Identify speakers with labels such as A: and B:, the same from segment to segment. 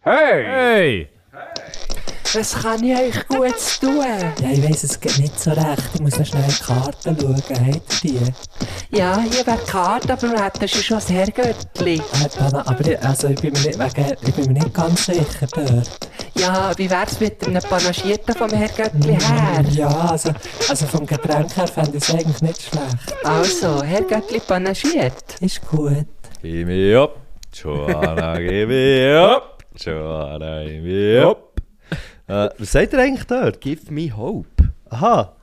A: Hey!
B: Hey!
C: Was kann ich euch gut tun?
D: Ja, ich weiss, es geht nicht so recht. Ich muss noch schnell in die Karten schauen. Habt ihr die?
C: Ja, hier wäre die Karte, aber wir hätten schon das Herrgöttli.
D: Äh, Dana, aber ich, also ich, bin mir nicht, wegen, ich bin mir nicht ganz sicher dort.
C: Ja, wie wär's mit einem Panagierten vom Herrgöttli her?
D: Ja, also, also vom Getränk her fände ich es eigentlich nicht schlecht.
C: Also, Herrgöttli panagiert.
D: Ist gut.
B: Give me up, Joanna, give me up, Joanna, give me up.
E: Äh, was sagt ihr eigentlich dort?
A: Give me hope.
E: Aha,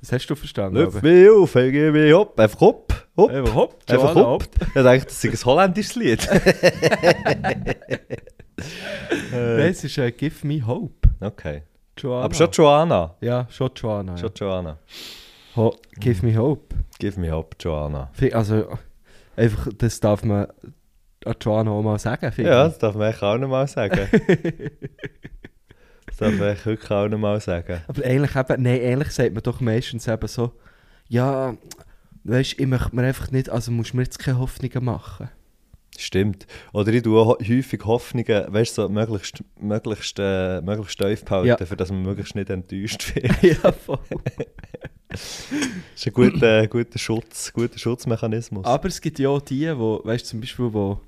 A: Das hast du verstanden.
E: löpf
A: aber-
E: mich auf, hey, gib mich hopp, einfach hopp, hopp.
A: Einfach hopp,
E: Einfach
A: Johanna,
E: hopp.
A: hopp.
E: Ich dachte, das ist ein holländisches Lied.
A: Nein, es ist äh, Give me hope.
E: Okay.
A: Joanna.
E: Aber schon Joanna.
A: Ja, schon Joanna. Ja.
E: Schon Joanna.
A: Ho give me hope.
E: Give me hope, Joanna.
A: Fi- Also, einfach, das darf man an Joanna auch mal sagen, finde
E: Ja,
A: ich.
E: das darf man eigentlich auch noch mal sagen. das darf man eigentlich wirklich auch noch mal sagen.
A: Aber eigentlich eben, nein, eigentlich sagt man doch meistens eben so, ja, weißt du, ich möchte mir einfach nicht, also musst du mir jetzt keine Hoffnungen machen.
E: Stimmt. Oder ich tue ho- häufig Hoffnungen, weißt du, so möglichst, möglichst, äh, möglichst steif behalten,
A: Ja.
E: für dass man möglichst nicht enttäuscht wird.
A: ja, voll.
E: Das ist ein guter, guter, Schutz, guter Schutzmechanismus.
A: Aber es gibt ja auch die, wo, weißt du, zum Beispiel, wo,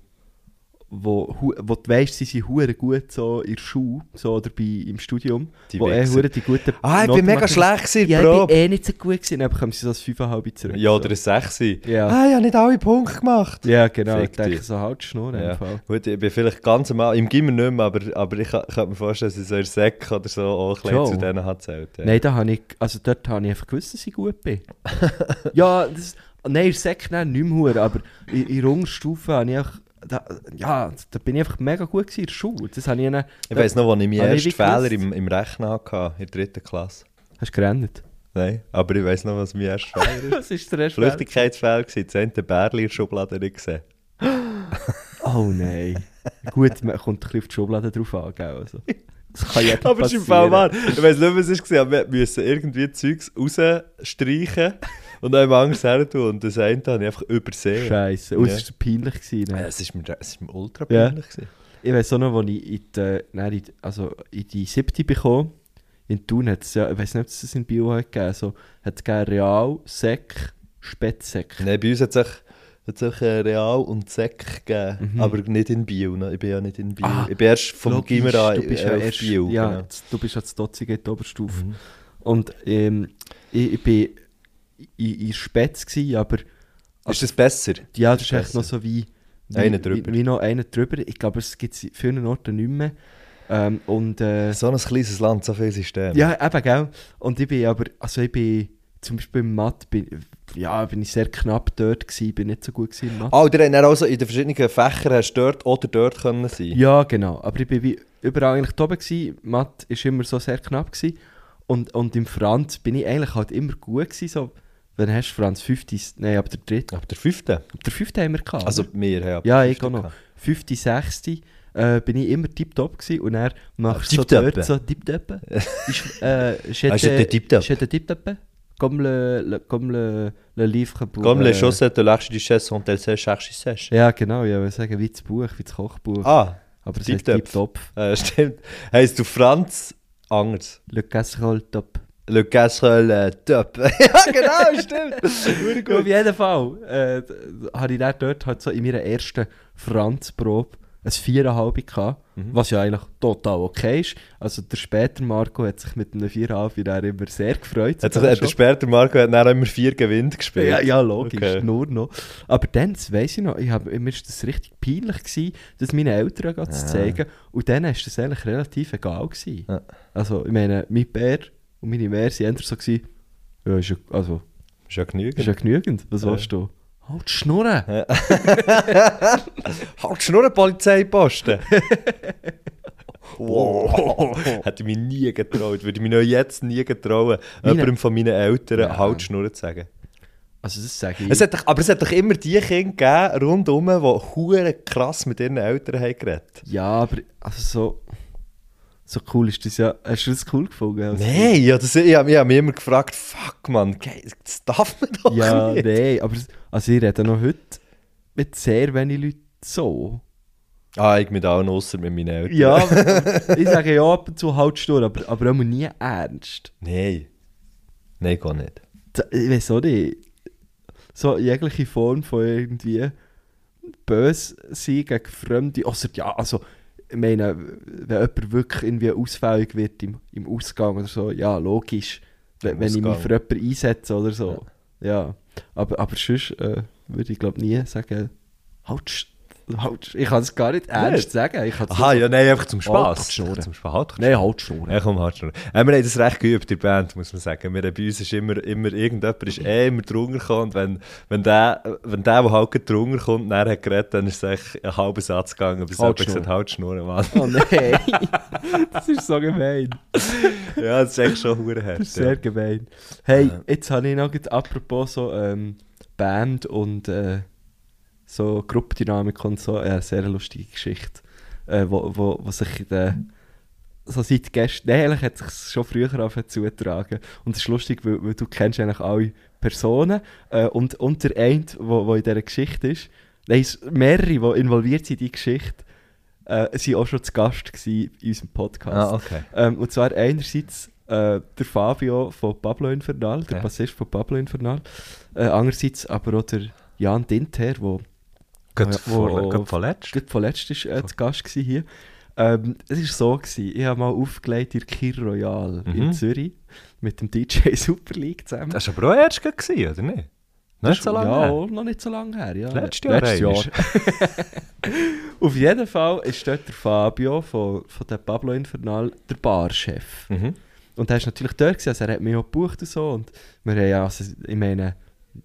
A: wo, hu- wo du weißt, sie sind hure gut so in der Schule, so oder bei, im Studium,
E: Die
A: wo eh
E: Wichser.
A: hure die guten
E: Ah, ich bin
A: Noten
E: mega
A: machen.
E: schlecht in der
A: Ja, ich
E: Probe.
A: bin eh nicht so gut gewesen, dann bekommst du so das 5,5 zurück.
E: ja,
A: so.
E: oder ein Sechsi.
A: Ja.
E: eh- Ah, ich habe nicht alle Punkte gemacht.
A: Ja, genau.
E: Fick
A: Ich denke,
E: dich.
A: so halt Schnur
E: Ja.
A: ja. Fall.
E: Gut, ich bin vielleicht ganz am Anfang, im Gimmer nicht mehr, aber, aber ich kann- könnte mir vorstellen, dass ich so in Säck oder so auch ein bisschen
A: Schon.
E: zu denen hat zählt. Ja.
A: Nein, da habe ich, also dort habe ich einfach gewusst, dass ich gut bin. ja, das, nein, ich sage nicht mehr hure, aber in, in der Unterstufe habe ich einfach, da, ja, da bin ich einfach mega gut gewesen in der Schule. Das habe ich dann,
E: Ich weiss noch, als ich meinen
A: Habe ich
E: ersten
A: wie gewusst?
E: Fehler im, im Rechnen hatte, in der dritten Klasse.
A: Hast du gerannt?
E: Nein, aber ich weiss noch, was mein erster Fehler war.
A: Das ist der erste Fehler.
E: Flüchtigkeitsfehler war, das haben den Bärli in der Schublade nicht gesehen.
A: Oh nein. Gut, man kommt ein bisschen auf die Schublade drauf an, gell? Also, das kann jedem
E: Aber es ist im Fall
A: passieren.
E: wahr. Ich weiss nicht, was es war, aber wir müssen irgendwie Zeugs rausstreichen und dann anders her tun. Und das eine habe ich einfach übersehen.
A: Scheiße. Und
E: Ja.
A: es war peinlich. Gewesen,
E: Ja,
A: ne?
E: Es ist mir, es ist mir ultra
A: Ja.
E: peinlich. gewesen.
A: Ich weiß auch noch, als ich in die, äh, nein, in die, also in die siebte bekam, in Thun hat es ja, ich weiß nicht, ob es das in Bio hat gegeben, so, hat es gegeben Real, Sek, Spätsäck.
E: Nein, bei uns hat es auch äh, Real und Säck gegeben, aber nicht in Biel. Ne? Ich bin ja nicht in Biel.
A: Mhm. Ah,
E: ich bin erst vom
A: Logisch,
E: Gimmer an
A: du bist
E: äh,
A: ja
E: auf
A: erst,
E: Biel.
A: ja,
E: genau. Mhm.
A: z- du bist ja zu Dotzig in der Oberstufe. Und ähm, ich, ich bin in, in Spätz gewesen, aber
E: Ist das besser?
A: Ja, das ist
E: Scheiße.
A: echt noch so wie, wie,
E: Einer drüber.
A: wie, wie noch einer drüber. Ich glaube, es gibt es in vielen Orten nicht mehr. Ähm, und äh,
E: So ein kleines Land, so viele Systeme.
A: ja, eben, gell? Und ich bin aber, also ich bin zum Beispiel im Mathe, bin, ja, bin ich sehr knapp dort gewesen, bin nicht so gut gewesen im Mathe.
E: Ah, und ihr habt dann also in den verschiedenen Fächern hast du dort oder dort können sein
A: Ja, genau. Aber ich bin wie überall eigentlich da oben gewesen. Mathe war immer so sehr knapp gewesen. Und, und im Franz bin ich eigentlich halt immer gut gewesen, so, wenn hast du Franz 50, nein, ab der dritte,
E: Ab der fünften?
A: ab der fünfte haben wir gehabt.
E: Also wir haben ab
A: Ah. Ja,
E: der
A: ich auch
E: fünften
A: noch.
E: gehabt.
A: Fünfte, sechste äh, bin ich immer tiptop gsi und er macht
E: Ah,
A: so
E: tiptop.
A: dort so tiptop. Ich, äh,
E: Ah, ist der
A: j'étais
E: tiptop?
A: j'étais tiptop. Comme le, le, comme le, le livre pour...
E: Comme les
A: äh,
E: chaussettes de l'arche du chasse sont elles sèches, archi sèches.
A: Ja, genau. Ja, wir sagen wie das Buch, wie das Kochbuch.
E: Ah,
A: Aber es heißt
E: Tiptop.
A: tiptop.
E: äh, stimmt. Heißt du Franz Angers?
A: Le casserole top.
E: Le Casserole äh, Top. ja, genau, stimmt. Hure
A: Auf
E: gut.
A: jeden Fall äh, d- d- hatte ich dann dort halt so in meiner ersten Franz-Probe ein 4,5 gehabt,
E: Mhm.
A: was ja eigentlich total okay ist. Also der später Marco hat sich mit einem 4,5 dann immer sehr gefreut.
E: Hat, sich,
A: sogar
E: hat der
A: schon.
E: später Marco hat dann auch immer vier Gewinn gespielt.
A: ja, ja, logisch,
E: Okay.
A: nur noch. Aber dann, das weiss ich noch, ich hab, mir ist das richtig peinlich gewesen, das meinen Eltern grad zu zeigen. Und dann ist das eigentlich relativ egal gewesen.
E: Ah. Ja.
A: Also ich meine, mein Bär und meine Mär waren eher so, gewesen, ja, ist ja, also,
E: Ist ja
A: ist
E: genügend.
A: ja genügend, was willst du? Halt die Schnurren!
E: Halt schon nur eine Polizeiposten. wow. Hätte ich mich nie getraut. Würde ich mich noch jetzt nie getrauen,
A: Meine-
E: jemandem von meinen Eltern Halt Schnurren zu sagen.
A: Also das sage ich.
E: Es hat doch, aber es hat doch immer die Kinder gegeben, rundum, die hure krass mit ihren Eltern haben geredet
A: ja, aber also so, so cool ist das ja. Hast du das cool gefunden? Also,
E: Nein, ja, das, ich, hab- ich habe mich immer gefragt, fuck man, das darf man doch
A: Ja,
E: nicht.
A: nein, aber es- also ich rede noch heute mit sehr wenigen Leuten so.
E: Ah, ich mit allen ausser mit meinen Eltern.
A: Ja, ich sage ja ab und zu halt stur, aber, aber auch nie ernst.
E: Nein. Nein, gar nicht.
A: Da- Ich weiß auch nicht. So jegliche Form von irgendwie böse sein gegen Fremde. Außer ja, also, ich meine, wenn jemand wirklich irgendwie ausfällig wird im, im Ausgang oder so, ja, logisch. Wenn,
E: Im
A: wenn ich mich
E: Ausgang.
A: für jemanden einsetze oder so. Ja. Aber, aber sonst äh, würde ich glaube nie sagen, halt, st- halt, st- ich kann es gar nicht ernst sagen. Ich kann es
E: Aha, ja, nein, einfach zum
A: Halt doch
E: Spass.
A: die Schnurre.
E: zum Spaß. Halt doch
A: Nein, halt schon.
E: Ja, komm, halt schon. Äh, wir haben das recht geübt, die Band, muss man sagen. Wir, haben bei uns ist immer, immer irgendjemand ist eh immer drunter gekommen. Und wenn, wenn, der, wenn der, der halt gerade drunter kommt, nachher hat geredet, dann ist es echt ein halber Satz gegangen, bis
A: Halt
E: jemand gesagt hat, halt Schnurren, Mann.
A: Oh nein, das ist so gemein.
E: ja, das ist echt schon hure hart.
A: Das ist
E: ja.
A: sehr gemein. Hey, jetzt habe ich noch grad apropos so ähm, Band und äh, so Gruppendynamik und so eine sehr lustige Geschichte, äh, wo, wo, wo sich in den so seit gestern, nein, eigentlich hat sich schon früher angefangen zutragen. Und es ist lustig, weil, weil du kennst eigentlich alle Personen äh, und, und der eine, wo, wo in dieser Geschichte ist, nein, es sind mehrere, die involviert sind in die Geschichte, äh, sind auch schon zu Gast gewesen in unserem Podcast.
E: Ah, okay.
A: Ähm, und zwar einerseits äh, der Fabio von Pablo Infernal, der
E: Ja.
A: Bassist von Pablo Infernal. Äh, andererseits aber auch der Jan Dinter, der
E: Gerade
A: Ja,
E: vor-
A: wo-
E: gerade verletzt.
A: gerade vorletzt ist, äh, zu Gast war hier. Ähm, es war so, gewesen, ich habe mal aufgelegt in der Kir Royal in Zürich mit dem DJ Super League zusammen.
E: Das war aber auch erst gerade gewesen, oder nicht? Nicht so lange.
A: Ja,
E: her.
A: auch noch nicht so lange her. Ja.
E: Letztes Jahr einmal.
A: Auf jeden Fall ist dort der Fabio von, von der Pablo Infernal der Barchef.
E: Mhm.
A: Und er war natürlich dort, gewesen, also er hat mich auch gebucht und so. Und wir haben ja, also, ich meine,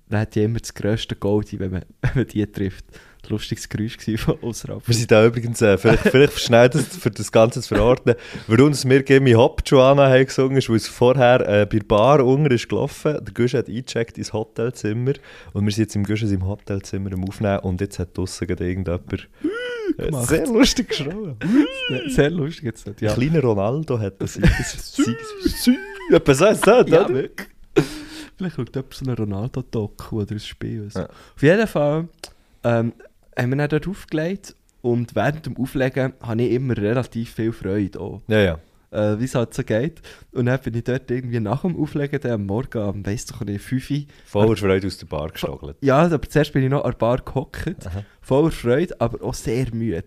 A: er hat ja immer das grösste Goldie, wenn man, wenn man die trifft. Das lustigste Geräusch gewesen von außerhalb.
E: Wir sind da übrigens, äh, vielleicht, vielleicht schnell das, für das Ganze zu verordnen, warum es mir Gimme Hop Joanna haben gesungen ist, weil es vorher äh, bei der Bar unten ist gelaufen, der Gusch hat eingecheckt ins Hotelzimmer und wir sind jetzt im Gusch im Hotelzimmer am Aufnehmen und jetzt hat draussen gerade irgendjemand äh,
A: gemacht.
E: sehr lustig geschrien.
A: Sehr- Sehr lustig jetzt. nicht,
E: Der
A: Ja.
E: kleine Ronaldo hat das Etwas so ist das,
A: Ja,
E: oder?
A: Vielleicht schaut jemand so einen Ronaldo-Doku oder ein Spiel. Also.
E: Ja.
A: Auf jeden Fall ähm, haben wir dann dort aufgelegt und während dem Auflegen habe ich immer relativ viel Freude auch.
E: Ja, ja.
A: äh, wie es halt so geht. Und dann bin ich dort irgendwie nach dem Auflegen dann am Morgen, am, weiss doch nicht, 5 Uhr.
E: Voller Freude aus der Bar gestogelt.
A: Ja, aber zuerst bin ich noch an der Bar gehockt, voller Freude, aber auch sehr müde.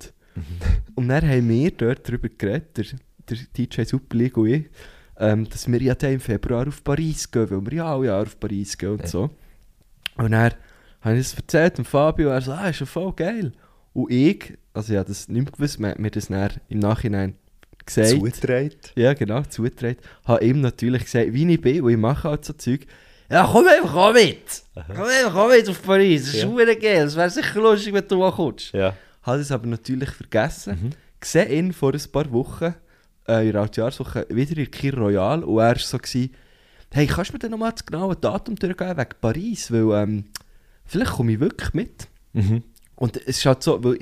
A: Und dann haben wir dort darüber geredet, der, der DJ Superlig und ich, ähm, dass wir ja dann im Februar auf Paris gehen, weil wir ja alle Jahre auf Paris gehen und so. Und er habe ich es erzählt dem Fabio, er so, ah, ist ja voll geil. Und ich, also ja, das nicht mehr gewusst, man hat mir das dann im Nachhinein gesagt.
E: Zutreibt.
A: Ja, genau, zugetragen. Habe ihm natürlich gesagt, wie ich bin, und ich mache halt so Zeug. Ja, komm einfach auch mit! Komm einfach auch mit auf Paris, das ist
E: Ja.
A: ja. geil, es wäre sicher lustig, wenn du mal kommst.
E: Ja. Mhm.
A: Habe es aber natürlich vergessen. Sehe ihn vor ein paar Wochen, äh, in der Altjahrswoche, wieder in Kir Royal und er war so, gewesen, hey, kannst du mir denn nochmal das genaue Datum durchgeben wegen Paris, weil ähm, vielleicht komme ich wirklich mit. Und es ist halt so, weil,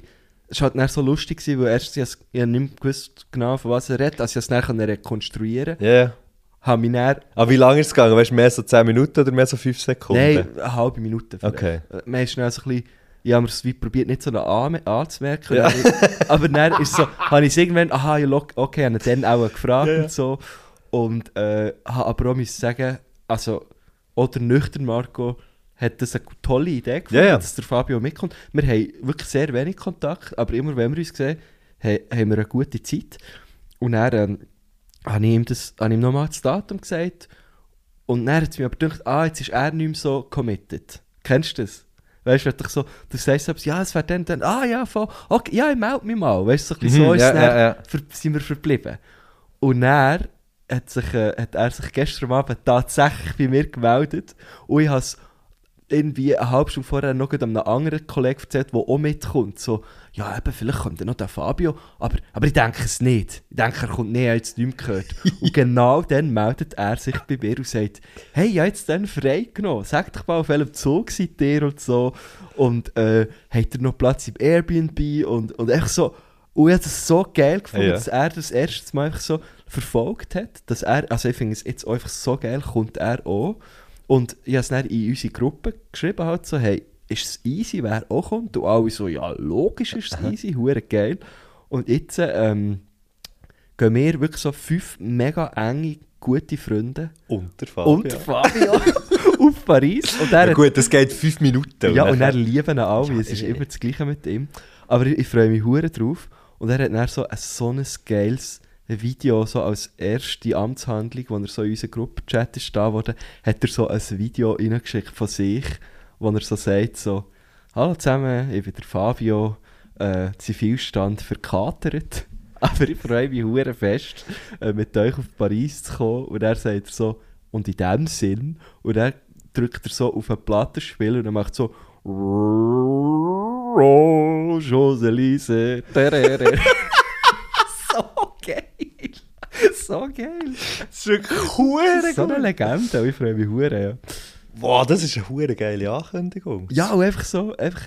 A: es war halt dann so lustig, gewesen, weil erst ich, has- ich hab nicht mehr gewusst genau, von was er redet, also ich has es dann können rekonstruieren konnte.
E: Ja. Yeah.
A: Habe mich dann,
E: Aber wie lange ist es gegangen? Weißt du, mehr so 10 Minuten oder mehr so 5 Sekunden?
A: nein, eine halbe Minute vielleicht.
E: Okay.
A: Äh, Man ist dann so ein bisschen, ich habe mir es wie probiert, nicht so an, anzumerken. Und dann- aber dann ist so, habe ich es irgendwann, aha, ja, lock- okay, habe ihn dann auch gefragt
E: Ja, ja.
A: und so. Und äh, habe aber auch müssen sagen, also, oder nüchtern Marco hat das eine tolle Idee gefunden,
E: Ja, ja.
A: dass der Fabio mitkommt. Wir haben wirklich sehr wenig Kontakt, aber immer wenn wir uns sehen, he- haben wir eine gute Zeit. Und dann ähm, habe ich ihm, das- habe ich ihm nochmal das Datum gesagt und dann hat es mir aber gedacht, ah, jetzt ist er nicht mehr so committed. Kennst du das? Weißt du, wenn du so, du sagst selbst, ja, es wäre dann, dann, ah ja, voll, okay, ja, ich melde mich mal. Weißt du, so, ein bisschen
E: Mhm,
A: so ist
E: ja,
A: es dann,
E: ja, ja.
A: Ver, sind wir verblieben. Und dann hat, sich, äh, hat er sich gestern Abend tatsächlich bei mir gemeldet und ich habe es irgendwie eine halbe Stunde vorher noch gerade einem anderen Kollegen erzählt, der auch mitkommt. So, ja, eben, vielleicht kommt dann noch der Fabio, aber, aber ich denke es nicht. Ich denke, er kommt nicht, ich habe jetzt nichts gehört. und genau dann meldet er sich bei mir und sagt, hey, ich habe jetzt dann frei genommen, sag doch mal, auf welchem Zug seid ihr und so. Und äh, habt ihr noch Platz im Airbnb und, und echt so. Und ich habe das so geil gefunden,
E: Ja.
A: dass er das erste Mal einfach so verfolgt hat, dass er, also ich finde es jetzt einfach so geil, kommt er auch. Und ich habe es dann in unsere Gruppe geschrieben, halt so, hey, ist es easy, wer auch kommt. Und alle so, ja, logisch ist es easy, hure geil. Und jetzt ähm, gehen wir wirklich so fünf mega enge, gute Freunde
E: Unter Fabio.
A: und Fabio auf Paris. Und er
E: Ja, gut, das geht fünf Minuten.
A: ja, und
E: nachher-
A: er lieben ihn alle. es ist immer das Gleiche mit ihm. Aber ich, ich freue mich hure drauf. Und er hat dann so ein, so ein geiles Video, so als erste Amtshandlung, wo er so in unseren Gruppenchat ist da wurde, hat er so ein Video reingeschickt von sich, wo er so sagt so, «Hallo zusammen, ich bin der Fabio, äh, Zivilstand verkatert.» Aber ich freue mich hure fest, äh, mit euch auf Paris zu kommen. Und er sagt er so, und in dem Sinn, und er drückt er so auf einen Plattenspieler und er macht so Jose-Lise. so geil. So geil.
E: Das ist wirklich hure
A: So eine
E: gut.
A: Legende, ich freue mich hure, ja.
E: Boah, das ist eine hure geile Ankündigung.
A: Ja, und einfach so, einfach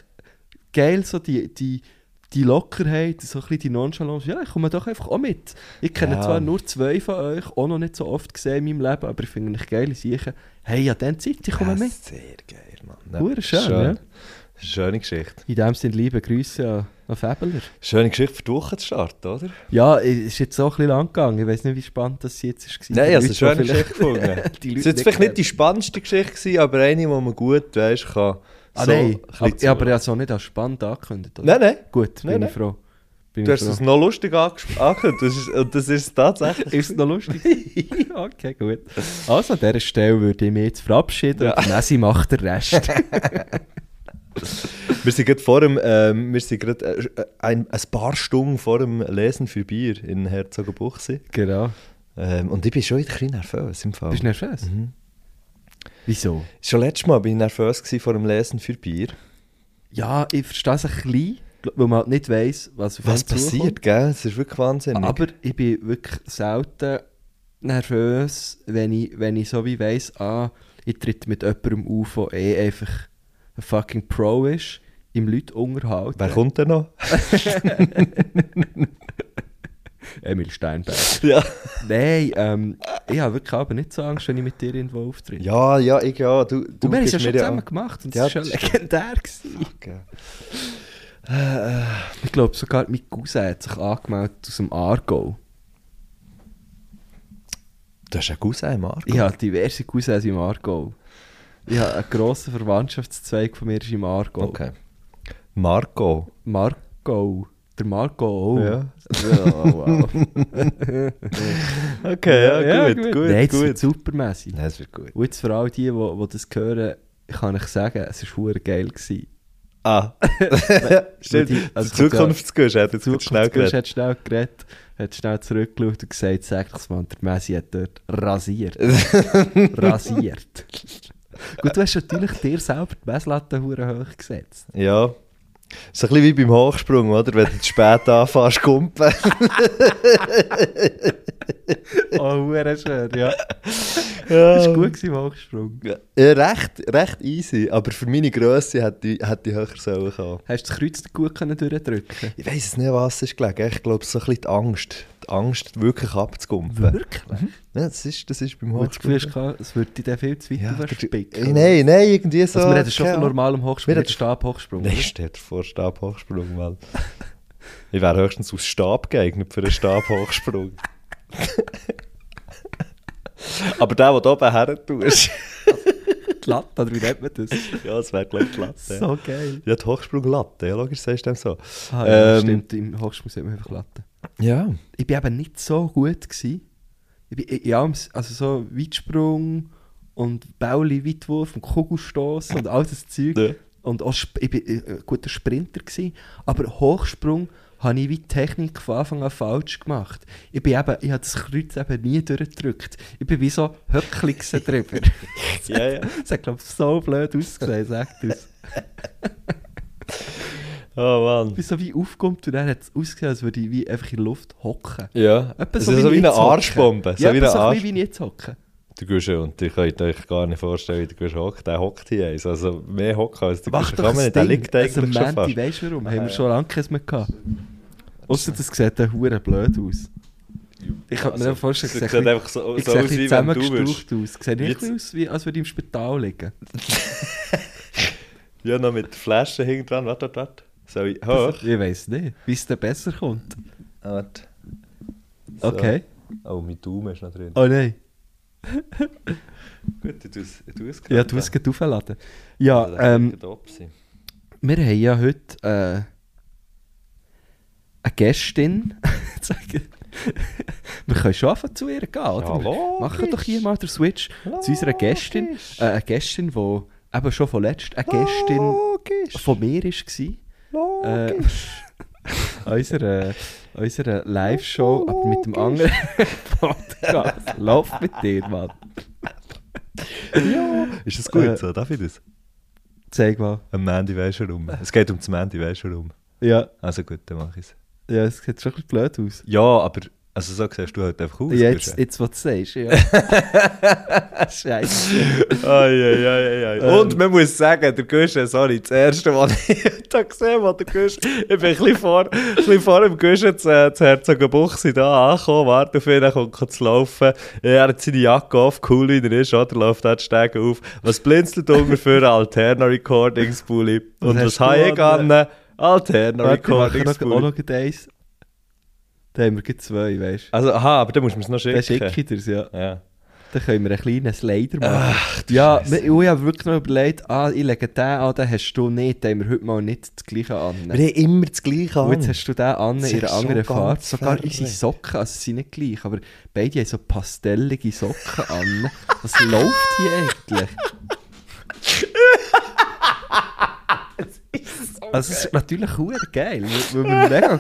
A: geil, so die, die, die Lockerheit, so ein bisschen die Nonchalance. Ja, ich komme doch einfach auch mit. Ich kenne
E: Ja.
A: zwar nur zwei von euch, auch noch nicht so oft gesehen in meinem Leben, aber ich finde euch geil, ich sehe, hey, ja, dann Zeit, ich komme
E: Ja,
A: mit.
E: Sehr geil, Mann.
A: Hure schön, ja.
E: Schöne Geschichte.
A: In dem Sinne, liebe Grüße an, an Fäbeler.
E: Schöne Geschichte für die Woche zu starten, oder?
A: Ja, es ist jetzt auch ein bisschen lang gegangen. Ich weiß nicht, wie spannend das jetzt war. Die
E: Nein, also
A: Leute,
E: eine schöne
A: die vielleicht-
E: Geschichte gefunden.
A: die
E: Es
A: Leute
E: ist jetzt
A: nicht
E: vielleicht
A: kennen.
E: nicht die spannendste Geschichte, gewesen, aber eine, die man gut weiss, kann.
A: Ah,
E: so
A: nein.
E: ein bisschen
A: Aber, ja,
E: zuhören.
A: aber ich habe es auch nicht als spannend angekündigt. oder?
E: Nein, nein.
A: Gut,
E: Nein,
A: bin
E: nein.
A: ich froh. Bin
E: Du
A: ich
E: hast
A: froh.
E: es noch lustig anges- angekündigt. Das ist- Und das ist es tatsächlich.
A: Ist es noch lustig? okay, gut. Also, an dieser Stelle würde ich mich jetzt verabschieden und Messi macht den Rest.
E: Wir sind gerade vor dem, ähm, wir sind gerade äh, ein, ein paar Stunden vor dem Lesen für Bier in Herzogenbuchsee.
A: genau.
E: Ähm, und ich bin schon wieder ein bisschen nervös im Fall.
A: Bist du ne- nervös?
E: Mhm.
A: Wieso?
E: Schon letztes Mal bin ich nervös gewesen vor dem Lesen für Bier.
A: Ja, ich verstehe es ein bisschen, weil man halt nicht weiss, was auf
E: Was
A: einen zukommt.
E: passiert, gell? Es ist wirklich wahnsinnig.
A: Aber ich bin wirklich selten nervös, wenn ich, wenn ich so wie weiss, ah, ich tritt mit jemandem auf, der eh einfach ein fucking Pro ist, im Leute unterhalten.
E: Wer kommt denn noch?
A: Emil Steinberg.
E: ja.
A: Nein, ähm, ich habe wirklich aber nicht so Angst, wenn ich mit dir irgendwo auftrete.
E: ja, ja, ich ja. Du, du
A: und wir haben es
E: bist
A: ja schon
E: mir
A: zusammen gemacht und es
E: Ja,
A: war schon
E: das stimmt.
A: legendär. Gewesen.
E: Okay.
A: Ich glaube sogar, mein Cousin hat sich angemeldet aus dem Aargau.
E: Du hast einen Cousin, Marco.
A: Ich habe diverse Cousins im Aargau. Ich habe einen grossen Verwandtschaftszweig von mir ist im Aargau.
E: Okay. Marco.
A: Marco. Der Marco oh. auch.
E: Ja.
A: oh, wow.
E: Okay, ja, gut, gut,
A: Nein, das
E: gut.
A: wird supermässig.
E: Nein, es wird gut.
A: Und jetzt für all die, die, die das hören, kann ich sagen, es war verdammt geil. Gewesen.
E: Ah, stimmt.
A: die- also
E: der Zukunftsgusch hat
A: Der
E: jetzt gerade schnell
A: Zukunftsgursch
E: geredet.
A: hat schnell geredet, hat schnell zurückgeschaut und gesagt, sag das mal, der Messi hat dort rasiert. rasiert. Gut, du hast natürlich dir selber die Messlatte verdammt hoch gesetzt.
E: Ja. Ist ein bisschen wie beim Hochsprung, oder? Wenn du zu spät anfängst, kumpen.
A: Oh, verdammt schön, ja. Oh. Das
E: ja.
A: war gut gewesen, Hochsprung.
E: Ja, äh, recht, recht easy, aber für meine Größe hätte ich, hätte ich höher sollen können.
A: Hast du das Kreuz gut können durchdrücken
E: Ich weiß es nicht, was es gelegen Ich glaube, so ein bisschen die Angst. Die Angst, wirklich abzukumpfen.
A: Wirklich?
E: Ja, das, ist, das ist beim
A: Wo du das Gefühl
E: Hochsprung.
A: hast, es würde dich dann viel zu weit
E: Ja,
A: ja,
E: der-
A: überspicken.
E: Nein, nein, irgendwie so.
A: Also, wir hätten schon
E: keine
A: von
E: Ahnung.
A: normalem Hochsprung,
E: Wir
A: nicht
E: hätten-
A: Stabhochsprung.
E: Nein, steht vor Stabhochsprung, weil ich wäre höchstens aus Stab geeignet für einen Stabhochsprung. Aber der, der da oben her tust,
A: Die Latte, oder wie nennt man das?
E: ja, das wäre glaube ich die Latte.
A: so geil.
E: Ja, die Hochsprunglatte, ja, logisch sagst du dem so.
A: Ah, ja,
E: Ähm,
A: stimmt, im Hochsprung sieht man einfach Latte.
E: Ja.
A: Ich war eben nicht so gut. Gewesen. Ich bin, ich- ja, also so Weitsprung und Bauli, Weitwurf und Kugelstoß und all das Zeug.
E: Ja.
A: Und auch, Sp- ich war ein guter Sprinter. Gewesen. Aber Hochsprung habe ich wie die Technik von Anfang an falsch gemacht. Ich, bin eben, ich habe das Kreuz eben nie durchgedrückt. Ich bin wie so Höckligse drüber.
E: ja, ja.
A: Das hat, glaube ich, so blöd ausgesehen, sagt das.
E: Oh
A: Ich
E: Mann.
A: bin so wie aufgekommen und dann hat es ausgesehen, als würde ich wie einfach in der Luft hocken.
E: Ja,
A: Etwa
E: es ist so wie
A: ich
E: eine
A: jetzt hocke.
E: Arschbombe. So
A: Ja,
E: wie eine
A: etwa so ein bisschen
E: Arsch...
A: wie ich jetzt hocke.
E: Du gehst ja, und ihr könnt euch gar nicht vorstellen, wie der Gusch hockt. Der hockt hier eins. Also mehr hocken als der
A: Mach
E: Gusch
A: doch
E: kann man
A: ein
E: nicht. Der
A: Ding.
E: liegt
A: also,
E: eigentlich schon
A: Menti,
E: fast. Äh.
A: weißt du warum? Haben wir schon lange keins mehr gehabt. Außer das sieht dann hure blöd aus. Ich könnte mir
E: Also,
A: dann vorstellen,
E: es
A: es
E: sieht
A: sieht ein
E: einfach so,
A: bisschen-
E: so
A: ich
E: aus,
A: sehe
E: wie wenn du würdest.
A: zusammengestaucht aus. Sieht nicht
E: Jetzt-
A: ein bisschen aus, wie, als würde ich im Spital liegen.
E: Ja, noch mit Flaschen hinten dran. Warte, warte, warte. Soll ich hoch?
A: Ich weiß nicht, bis es dann besser kommt.
E: Ah, Warte. So.
A: Okay.
E: Oh, mein Daumen ist noch drin.
A: Oh nein.
E: Gut, ich tue es- ich tue es
A: Ja, du musst es aufladen. Ja,
E: Äh.
A: ähm, wir haben ja heute äh, eine Gästin. Sagen- wir können schon anfangen zu ihr gehen, oder?
B: Ja,
A: Wir Machen doch hier mal den Switch zu unserer Gästin. Äh, eine Gästin, die eben schon von letzt eine Gästin von mir war. Äh, unsere, äh, unsere Live-Show aber mit dem anderen Podcast. Lauf mit dir, Mann.
E: Ist das gut
A: Äh,
E: so? Darf ich das?
A: Zeig mal.
E: Am Mandy weisst du rum. Es geht um das Mandy weisst du rum.
A: Ja,
E: Also gut, dann mache ich es.
A: ja, es sieht schon ein bisschen blöd aus.
E: Ja, aber also so siehst du halt einfach aus.
A: Ja, jetzt,
E: Guschen.
A: jetzt, was du sagst, ja. Scheiße.
E: Ai, ai, ai, ai,
A: Ähm.
E: ai. Und man muss sagen, der Guschen, sorry, das erste, was ich da gesehen habe, der Guschen, ich bin ein bisschen vor, ein bisschen vor dem Guschen zu, äh, zu Herzogenbuchse da angekommen, warte auf ihn, er kommt zu laufen, er hat seine Jacke auf, cool wie er ist, oder, läuft da die Stege auf, was blinzelt unten für Alterna Recordings, Bulli, und
A: Was
E: was
A: hast du
E: habe ich
A: an-
E: gerne? Alterna
A: Warte, wir
E: Recordings,
A: machen noch, auch
E: Bulli.
A: noch eins. Dann haben wir gleich zwei, weißt du.
E: Also, aha, aber dann musst du mir es noch
A: Dann
E: schicken.
A: schicke ich dir's, ja.
E: Ja.
A: Dann können wir einen kleinen Slider machen. ja, wir- ich habe wirklich noch überlegt, ah, ich lege den an, den hast du nicht, den haben wir heute mal nicht das gleiche an.
E: Wir haben immer das Gleiche
A: Und jetzt
E: an.
A: hast du den an in
E: Das
A: einer
E: ist so
A: anderen
E: ganz
A: Farbe. Sogar
E: verrückt.
A: unsere Socken, also sie sind nicht gleich, aber beide haben so pastellige Socken an. Was läuft hier eigentlich? Also, es ist natürlich verdammt geil, weil weil wir mega,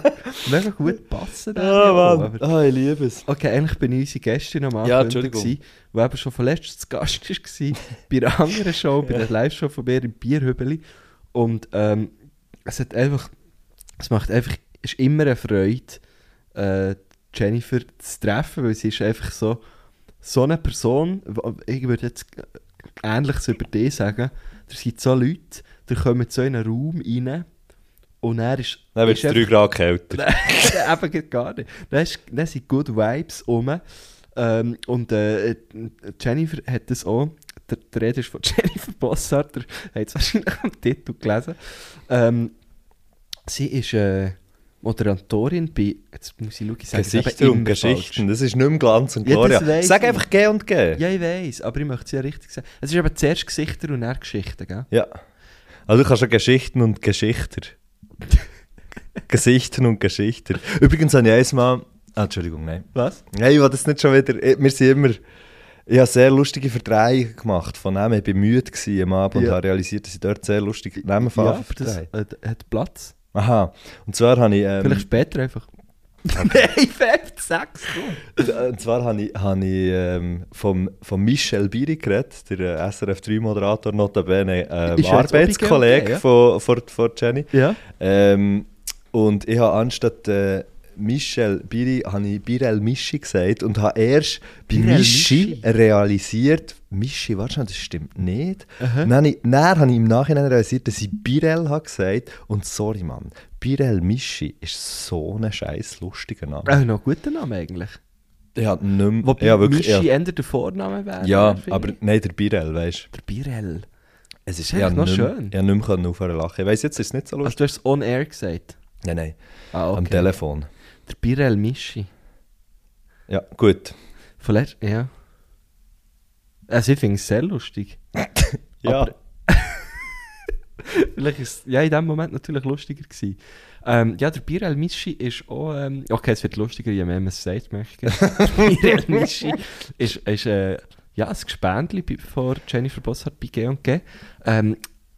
A: mega gut passen. da
E: Ah,
A: auch,
E: Mann.
A: aber-
E: Ah, ich liebe es.
A: Okay, eigentlich bin ich unsere Gästin am Anfang.
E: Ja, Entschuldigung.
A: Die eben schon von letztes Gast war, bei einer anderen Show, bei der Live-Show von mir im Bierhübeli. Und ähm, es hat einfach, es macht einfach, es ist immer eine Freude, äh, Jennifer zu treffen, weil sie ist einfach so, so eine Person, wo- ich würde jetzt Ähnliches über dich sagen, da sind so Leute, die kommen so in einen Raum rein und er ist...
E: Dann wird
A: ist
E: es
A: einfach-
E: 3 Grad kälter.
A: Nein, eben geht gar nicht. Dann, ist, dann sind gut Vibes rum. Ähm, und äh, Jennifer hat das auch. Der, der Rede ist von Jennifer Bossart, der hat es wahrscheinlich am Titel gelesen. Ähm, sie ist äh, Moderatorin bei. Jetzt muss ich schauen, ich sage es eben
E: Gesichter und
A: immer
E: Geschichten, das ist nicht mehr Glanz und
A: Ja, das
E: Gloria.
A: weiss
E: Sag
A: ich.
E: einfach G und G.
A: falsch. Ja, ich weiß, aber ich möchte es ja richtig sagen. Es ist eben zuerst Gesichter und dann Geschichten, gell?
E: Ja. Also du kannst ja Geschichten und Geschichter. Gesichten und Geschichter. Übrigens habe ich einmal... Ah, Entschuldigung, nein.
A: Was?
E: Nein, ich will das nicht schon wieder... Ich- Wir sind immer... Ich habe sehr lustige Verdrehungen gemacht von Namen. Ich war müde gewesen am Abend und
A: Ja.
E: habe realisiert, dass ich dort sehr lustige Namen
A: Ja,
E: ja,
A: aber das äh, hat Platz.
E: Aha. Und zwar habe ich... Ähm,
A: Vielleicht später einfach. Nein, fett, sechs.
E: Äh, Und zwar habe ich, habe ich ähm, vom, vom Michel Biri geredet, der äh, SRF3-Moderator, notabene
A: Ist
E: ähm,
A: er jetzt auch bei
E: Arbeitskollege
A: GLG, ja?
E: von, von, von Jenny.
A: Ja.
E: Ähm, und ich habe anstatt äh, Michel Biri, habe ich Birel Mischi gesagt und habe erst bei
A: Birel
E: Mischi
A: Mischi?
E: realisiert, Mischi, warte schon, das stimmt nicht. Dann habe, ich, dann habe ich im Nachhinein realisiert, dass ich Birel habe gesagt und sorry, Mann, Birel Mischi ist so ein scheiß lustiger Name.
A: Auch noch ein guter Name eigentlich.
E: Ja, nicht
A: Wobei
E: ja,
A: wirklich,
E: wirklich,
A: Mischi
E: ja.
A: ändert den Vornamen wäre.
E: ja
A: finde
E: aber
A: ich.
E: nein, der Birel, weißt du.
A: Der Birel.
E: Es ist
A: echt noch schön.
E: Ich konnte nicht mehr aufhören lachen. Ich weiss, jetzt ist es nicht so
A: Also
E: lustig.
A: du hast es on air gesagt.
E: nein, nein.
A: Ah,
E: Am Telefon.
A: Der Birel Mischi.
E: Ja, gut.
A: Vielleicht, ja. Also ich finde es sehr lustig.
E: Ja.
A: Aber- Vielleicht ist es ja in dem Moment natürlich lustiger gewesen. Ähm, ja, der Birel Mischi ist auch... Ähm, okay, es wird lustiger, je mehr man es sagt, merke ich. Birel Mischi ist, ist äh, ja, ein Gespendli bei- von Jennifer Bossart bei G&G. Ähm,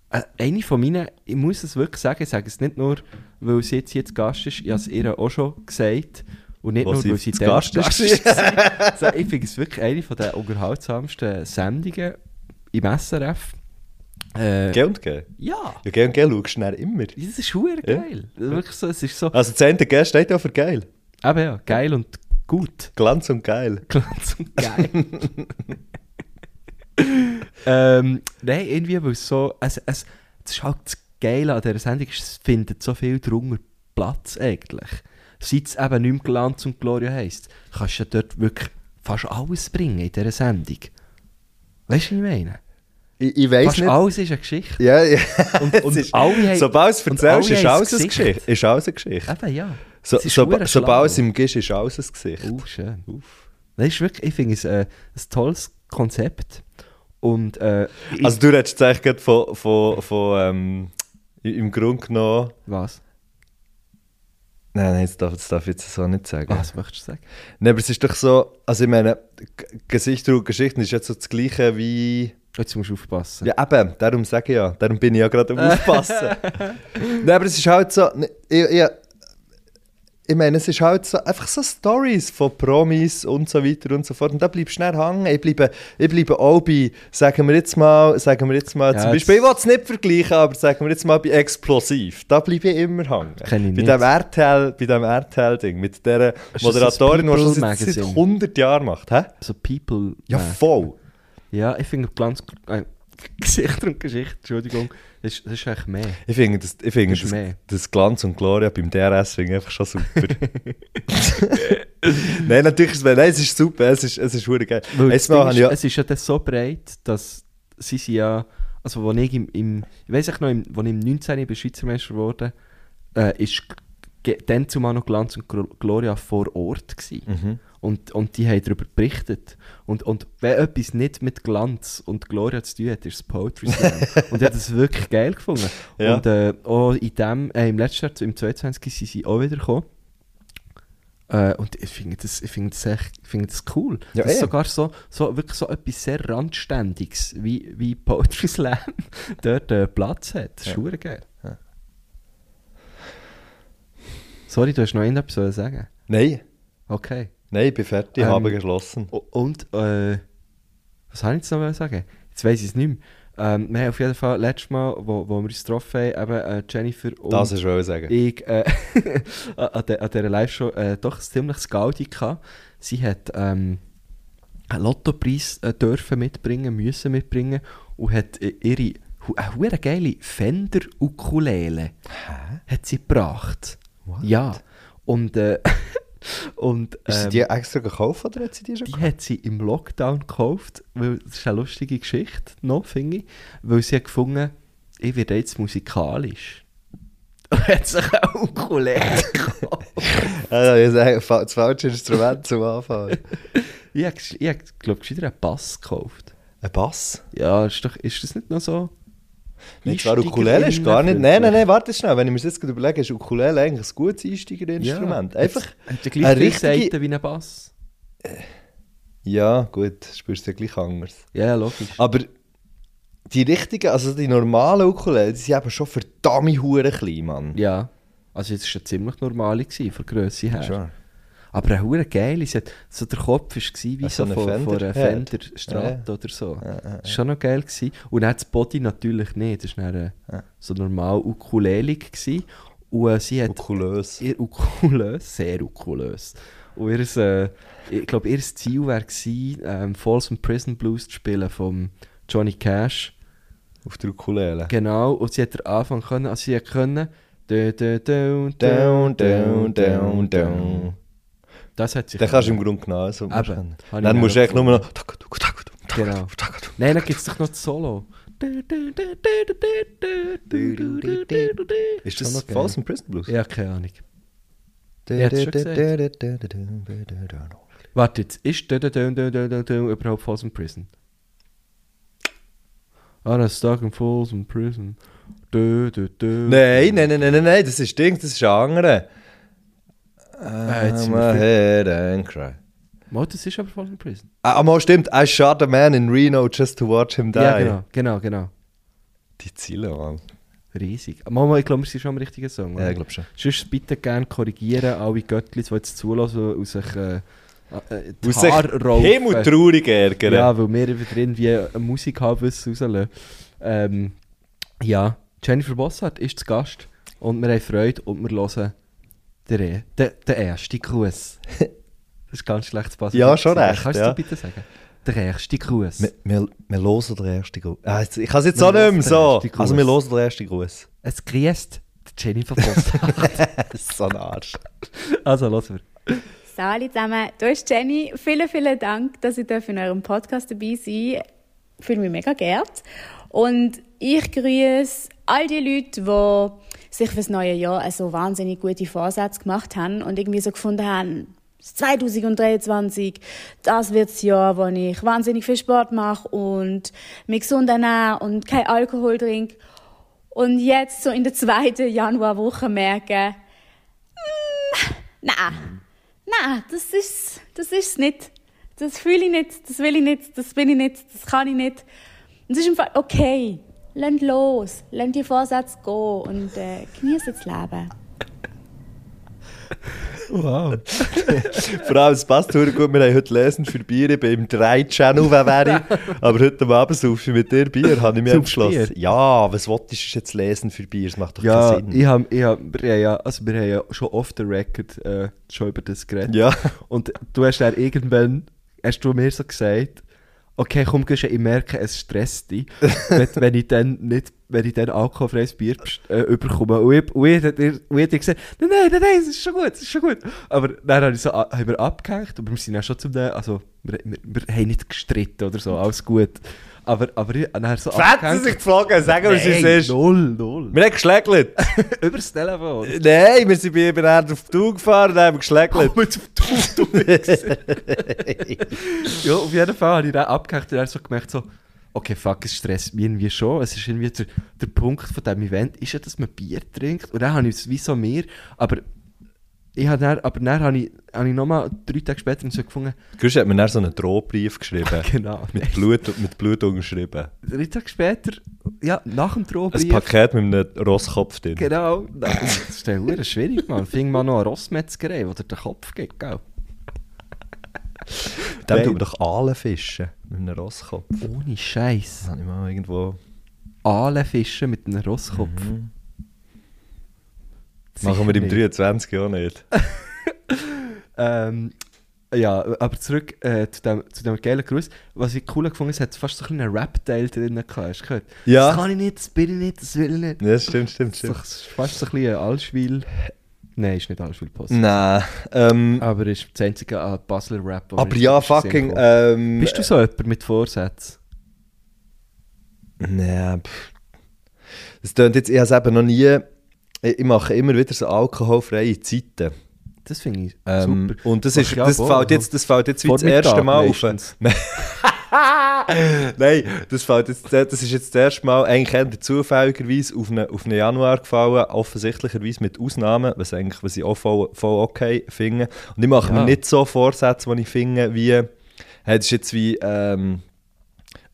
A: äh, eine von meinen, ich muss es wirklich sagen, ich sage es nicht nur, weil sie jetzt hier zu Gast ist, ich habe es ihr auch schon gesagt, und nicht
E: Wo
A: nur,
E: sie
A: weil sie
E: zu
A: dann
E: Gast ist.
A: war. so, ich finde es wirklich eine von der unterhaltsamsten Sendungen im SRF. Äh,
E: Geh und geh.
A: ja,
E: Ja, geh und geh schaust du dann immer.
A: das ist hure
E: Ja.
A: geil. Wirklich so, es ist so,
E: Also, 10. Geh steht ja für geil.
A: eben ja, geil und gut.
E: Glanz und geil.
A: Glanz und geil. ähm, nein, irgendwie, weil es so. Es, es, es ist halt das Geile an dieser Sendung, ist, es findet so viel drunter Platz eigentlich. Seit es eben nicht mehr Glanz und Gloria heisst, kannst du ja dort wirklich fast alles bringen in dieser Sendung. Weißt du, was ich meine?
E: Ich, ich weiß
A: Fast
E: nicht.
A: alles ist eine Geschichte.
E: Ja, ja.
A: Und, und
E: ist-
A: alle haben...
E: Sobald du es
A: und
E: erzählst,
A: alle
E: ist
A: haben
E: alles
A: ein
E: eine
A: Gesicht.
E: Geschichte. Ist alles eine Geschichte.
A: Eben, ja.
E: So,
A: Es ist
E: so,
A: verdammt
E: sobald es
A: schlau.
E: im Gisch ist, ist alles ein Gesicht.
A: Oh, schön. Das ist wirklich, ich finde es äh, ein tolles Konzept. Und äh, ich,
E: Also du redest jetzt eigentlich gerade von, von, von ähm, i- im Grunde genommen...
A: was?
E: Nein, nein, das darf, das darf ich jetzt so nicht sagen.
A: Was möchtest du sagen?
E: Nein, aber es ist doch so... Also ich meine, G- Gesichter und Geschichten ist jetzt so das Gleiche wie...
A: Jetzt musst du aufpassen.
E: Ja, eben, darum sage ich ja. Darum bin ich ja gerade am Aufpassen. Nein, aber es ist halt so. Ich, ich, ich meine, es ist halt so, einfach so Stories von Promis und so weiter und so fort. Und da bleibst du schnell hängen. Ich bleibe, ich bleibe auch bei, sagen wir jetzt mal, sagen wir jetzt mal
A: Ja,
E: zum
A: jetzt-
E: Beispiel, ich will es nicht vergleichen, aber sagen wir jetzt mal bei Explosiv. Da bleibe ich immer hängen.
A: Kenn ich
E: bei
A: nicht.
E: dem RTL, bei dem RTL-Ding, mit dieser
A: das
E: Moderatorin, die
A: People
E: das seit, seit
A: Magazine?
E: 100 Jahren macht. Hä?
A: So People...
E: Ja,
A: äh,
E: voll.
A: ja ich finde Glanz... Äh, Gesichter und Geschichte, Entschuldigung. Das ist, das ist eigentlich mehr.
E: Ich finde, das, ich finde
A: Das
E: das,
A: ist mehr.
E: das Glanz und Gloria beim DRS finde ich einfach schon super. nein, natürlich, ist es- nein, es ist super, es ist, es ist verdammt geil.
A: Weil das
E: Jetzt mal
A: Ding
E: habe
A: ist,
E: ich ja,
A: Es ist ja dann so breit, dass sie sind ja... Also, als ich im... im ich weiss ich noch, im, als ich im 19. bin Schweizer Meister geworden, äh, ist ge- dann zumal noch Glanz und Gro- Gloria vor Ort gewesen. Und, und die haben darüber berichtet. Und, und wenn etwas nicht mit Glanz und Gloria zu tun hat, ist es Poetry Slam. und ich habe das wirklich geil gefunden.
E: Ja.
A: Und äh, auch in dem, äh, im letzten Jahr, im 22. sind sie auch wieder gekommen. Äh, und ich finde das, ich finde das echt, ich finde das cool.
E: Ja,
A: das
E: eh.
A: ist sogar so, so, wirklich so etwas sehr Randständiges, wie, wie Poetry Slam dort äh, Platz hat. Das ist ja. geil. Sorry, du hast noch irgendetwas zu sagen.
E: nein,
A: Okay.
E: nein, ich bin fertig, ich
A: Ähm,
E: habe geschlossen.
A: O- Und, äh, was habe ich jetzt noch wollen sagen? Jetzt weiss ich es nicht mehr. Ähm, wir haben auf jeden Fall letztes Mal, wo, wo wir uns getroffen haben, eben äh, Jennifer und
E: Das ist wohl sagen.
A: ich äh, an, an de- an dieser Live-Show äh, doch ein ziemliches Gaudi gehabt. Sie hat ähm, einen Lottopreis äh, dürfen mitbringen, müssen mitbringen und hat äh, ihre hu- eine hure geile Fender-Ukulele hat sie gebracht. Ja. Und, äh, und
E: ist sie
A: ähm,
E: die extra gekauft oder hat sie die schon
A: die
E: gekauft?
A: hat sie im Lockdown gekauft, weil das ist eine lustige Geschichte, noch, finde ich, weil sie hat gefunden, ich werde jetzt musikalisch. Und hat sich eine Ukulele gekauft.
E: Also, ich sage, fa- das falsche Instrument zum Anfang.
A: ich habe, gesch- ich habe, glaube ich, wieder einen Bass gekauft.
E: Ein Bass?
A: Ja, ist, doch, ist das nicht noch so?
E: Nein, zwar Ukulele ist gar nicht. Nein, nein, nein, warte schnell. Wenn ich mir das jetzt gerade überlege, ist Ukulele eigentlich ein gutes Einstiegerinstrument. Einfach
A: Hat ja
E: eine
A: gleich viele
E: richtige-
A: Seiten wie ein Bass.
E: Ja, gut, spürst du ja gleich anders.
A: Ja, ja, logisch.
E: Aber die richtigen, also die normalen Ukulele, die sind eben schon verdammt hure klein, Mann.
A: Ja. Also jetzt war eine ziemlich normale gewesen, von Grösse her. Aber eine hure geile. Sie hat, so der Kopf war
E: so
A: wie so,
E: eine
A: von,
E: Fender-
A: von einer
E: Ja.
A: Fender Strat oder so. Das war schon noch geil. Gewesen. Und dann das Body natürlich nicht. Das war dann, äh, so normal ukulelig. Gewesen. Und äh, sie hat
E: Ukulös.
A: ihr ukulös, sehr ukulös. Und ihr, äh, ich glaube, ihr Ziel wäre gewesen, ähm, Falls and Prison Blues zu spielen von Johnny Cash.
E: Auf der Ukulele.
A: Genau, und sie hat den Anfang können, also sie hat können... dö, dö, dö,
E: Down, down, down,
A: dö.
E: down.
A: Das hat sich...
E: Dann kannst du im Grunde genau so
A: Eben.
E: machen.
A: Habe ich
E: Dann
A: mir
E: musst du
A: auch
E: eigentlich nur noch... tak, tak, tak, tak, tak,
A: Genau.
E: tak, tak.
A: Nein, dann gibt es doch noch das Solo.
E: Ist
A: Schon
E: das
A: noch geil.
E: False and Prison Blues?
A: Ja, keine Ahnung.
E: Ja,
A: hat's schon Warte jetzt, ist dö, dö, dö, dö, dö, dö, dö überhaupt Falls in Prison? Ah, das Stuck in Falls in Prison. Dö, dö, dö.
E: Nein, nein, nein, nein, nein, nein, das ist Ding, das ist ein anderer.
A: Ah, jetzt sind
E: I'm
A: wir
E: a
A: viel-
E: head and cry.
A: Mo, das ist aber Falls in Prison.
E: Ah, mal stimmt, I shot a man in Reno just to watch him die.
A: Ja, genau, genau, genau.
E: Die Ziele, Mann.
A: Riesig. Mama, ich glaube, wir sind schon am richtigen Song.
E: Ja, ich glaube schon.
A: Sonst bitte gerne korrigieren, alle Göttlis, die jetzt zulassen und sich äh, äh, die
E: Aus sich
A: Haare raufen.
E: himmeltraurig ärgern.
A: Ja, weil wir wieder irgendwie eine Musik haben wissen rauslassen. Ähm, ja, Jennifer Bossart ist zu Gast und wir haben Freude und wir hören den, Re- den, den ersten Gruß. Das ist ganz schlecht passen.
E: Ja, schon recht,
A: Kannst
E: ja.
A: du bitte sagen? Der erste Gruß.
E: Wir, wir, wir hören den ersten Gruß. Ah, jetzt, ich kann es jetzt
A: Wir
E: auch nicht
A: hören
E: mehr
A: den
E: so.
A: ersten Gruß.
E: Also wir hören den ersten Gruß.
A: Es grüßt die Jennifer Bossart.
E: so ein Arsch.
A: also, hören wir.
F: Sali zusammen, du bist Jenny. Vielen, vielen Dank, dass ich darf in eurem Podcast dabei sein darf. fühle mich mega geehrt. Und ich grüße all die Leute, die sich fürs neue Jahr also wahnsinnig gute Vorsätze gemacht haben und irgendwie so gefunden haben, 2023, das wird das Jahr, wo ich wahnsinnig viel Sport mache und mich gesund ernähre und kein Alkohol trinke. Und jetzt so in der zweiten Januarwoche merke, mm, nein, nein, das ist das ist's nicht. Das fühle ich nicht, das will ich nicht, das bin ich nicht, das kann ich nicht. Und es ist im Fall okay. Lernt los, lernt die Vorsätze gehen und äh, genießt das Leben.
E: Vor allem, es passt sehr gut. Wir haben heute Lesen für Bier beim 3-Channel, wer wäre ich. Aber heute am Abend saufe ich mit dir Bier, habe ich mich
A: Saufst
E: entschlossen.
A: Bier?
E: Ja, was wolltest du jetzt lesen für Bier? Das macht doch
A: Ja,
E: keinen Sinn.
A: ich hab, ich hab, wir, haben ja, also wir haben ja schon off the record äh, schon über das geredet.
E: Ja.
A: Und du hast dann irgendwann, hast du mir so gesagt, okay, komm, Guschen, ich merke, es stresst dich, wenn, wenn ich dann nicht, wenn ich dann alkoholfreies Bier best- äh, überkomme. Und ich, und ich, und ich, und ich hab gesagt, nein, nein, nein, nein, es ist schon gut, es ist schon gut. Aber dann haben, ich so, a- haben wir abgehängt, aber wir sind dann schon zum, also wir, wir, wir haben nicht gestritten oder so, alles gut. Aber, aber ich, dann so
E: Fetzen sich geflogen, sagen wir, was es
A: Nein,
E: ist.
A: null, null.
E: Wir haben geschlägelt.
A: Übers Telefon.
E: Nein, wir sind bei ihm auf die Tour gefahren und haben geschlägelt.
A: Komm jetzt auf die Tour, du Wichser. Ja, auf jeden Fall habe ich dann abgehakt und dann so gemerkt, so, okay, fuck, es stresst mich irgendwie schon. Es ist irgendwie der, der Punkt von diesem Event, ist ja, dass man Bier trinkt. Und dann habe ich es wie so mehr, aber ich habe dann, aber dann habe ich, habe ich nochmal drei Tage später so gefunden,
E: Gusch hat mir dann so einen Drohbrief geschrieben.
A: genau,
E: Mit Blut, mit Blut unterschrieben.
A: drei Tage später, ja, nach dem
E: Ein
A: Drohbrief,
E: Paket mit einem Rosskopf drin.
A: genau, nach, das ist ja verdammt schwierig, man. Fing mal noch eine Rossmetzgerei, wo dir der Kopf geht, gell?
E: Mit dem
A: Nein.
E: tut man doch Aale fischen. Mit einem Rosskopf.
A: Ohne Scheiß.
E: Das habe ich mal irgendwo...
A: Aale fischen mit einem Rosskopf.
E: Das Mhm. machen wir im
A: Sicher nicht.
E: 23 Jahr nicht.
A: Ähm, ja, aber zurück äh, zu, dem, zu dem geilen Gruß. Was ich cool gefunden habe, es hat fast so ein kleinen Rap-Teil drin gehabt. Hast du gehört?
E: Ja.
A: Das kann ich nicht, das bin ich nicht, das will ich nicht.
E: Ja, das stimmt, stimmt,
A: Das ist
E: stimmt.
A: doch fast so ein bisschen Allschwil. Nein, ist nicht Allschwil Post.
E: Nein. Ähm,
A: Aber ist das einzige äh, Basler Rap. wo
E: aber
A: mir
E: ja,
A: jetzt in den Sinn
E: fucking...
A: kommt.
E: Ähm,
A: Bist du so jemand mit Vorsätzen?
E: Nein, pff. Das klingt jetzt... Ich habe es eben noch nie... Ich ich mache immer wieder so alkoholfreie Zeiten.
A: Das finde ich
E: Ähm,
A: super.
E: Und das,
A: Mach
E: ist,
A: ich auch
E: das,
A: wohl.
E: fällt jetzt, das fällt jetzt wie das
A: Vormittag
E: erste Mal auf.
A: meistens.
E: Nein, das, fällt jetzt, das ist jetzt das erste Mal eigentlich eher zufälligerweise auf einen, auf einen Januar gefallen, offensichtlicherweise mit Ausnahmen, was, eigentlich, was ich auch voll, voll okay finde. Und ich mache
A: Ja.
E: mir nicht so Vorsätze, die ich finde, wie, hey, das ist jetzt wie, ähm,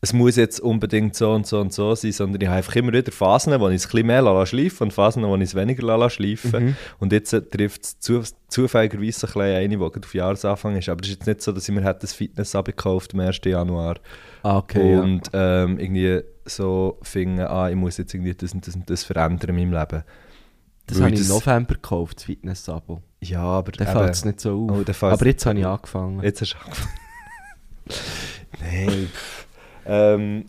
E: es muss jetzt unbedingt so und so und so sein, sondern ich habe einfach immer wieder Phasen, wo ich es ein bisschen mehr lala schleifen und Phasen, wo ich es weniger lala schleifen. Und jetzt äh, trifft es zu, zufälligerweise ein bisschen eine, die gerade auf Jahresanfang ist. Aber es ist jetzt nicht so, dass ich mir hätte das Fitness abgekauft am 1. Januar
A: Ah, okay, ja.
E: und ähm, irgendwie so finden, ah, ich muss jetzt irgendwie das und das und das verändern in meinem Leben.
A: Das
E: Weil
A: habe ich im
E: das-
A: November gekauft, das Fitness-Abo.
E: Ja, aber
A: Dann
E: eben-
A: fällt es nicht so auf.
E: Oh, dann fällt's-
A: aber jetzt habe ich angefangen.
E: Jetzt hast du angefangen. Nein. pff. ähm,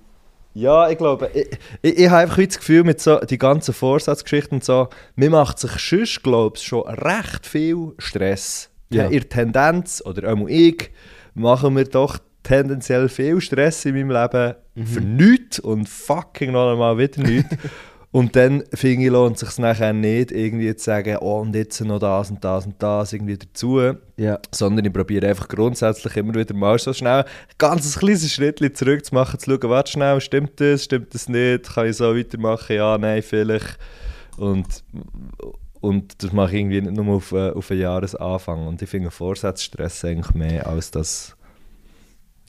E: ja, ich glaube, ich, ich, ich habe einfach wie das Gefühl, mit so die ganzen Vorsatzgeschichten und so, mir macht sich sonst, glaube ich, schon recht viel Stress.
A: Ja.
E: Ja. Ihr Tendenz, oder auch ich, machen mir doch tendenziell viel Stress in meinem Leben für nichts und fucking noch einmal wieder nichts. Und dann finde ich, lohnt es sich nachher nicht, irgendwie zu sagen, oh, und jetzt noch das und das und das irgendwie dazu
A: Ja.
E: sondern ich probiere einfach grundsätzlich immer wieder mal so schnell ein ganz kleines Schritt zurück zu machen, zu schauen, warte schnell, stimmt das, stimmt das nicht, kann ich so weitermachen, ja, nein, vielleicht. Und, und das mache ich irgendwie nicht nur auf, äh, auf einen Jahresanfang. Und ich finde Vorsatzstress eigentlich mehr als das,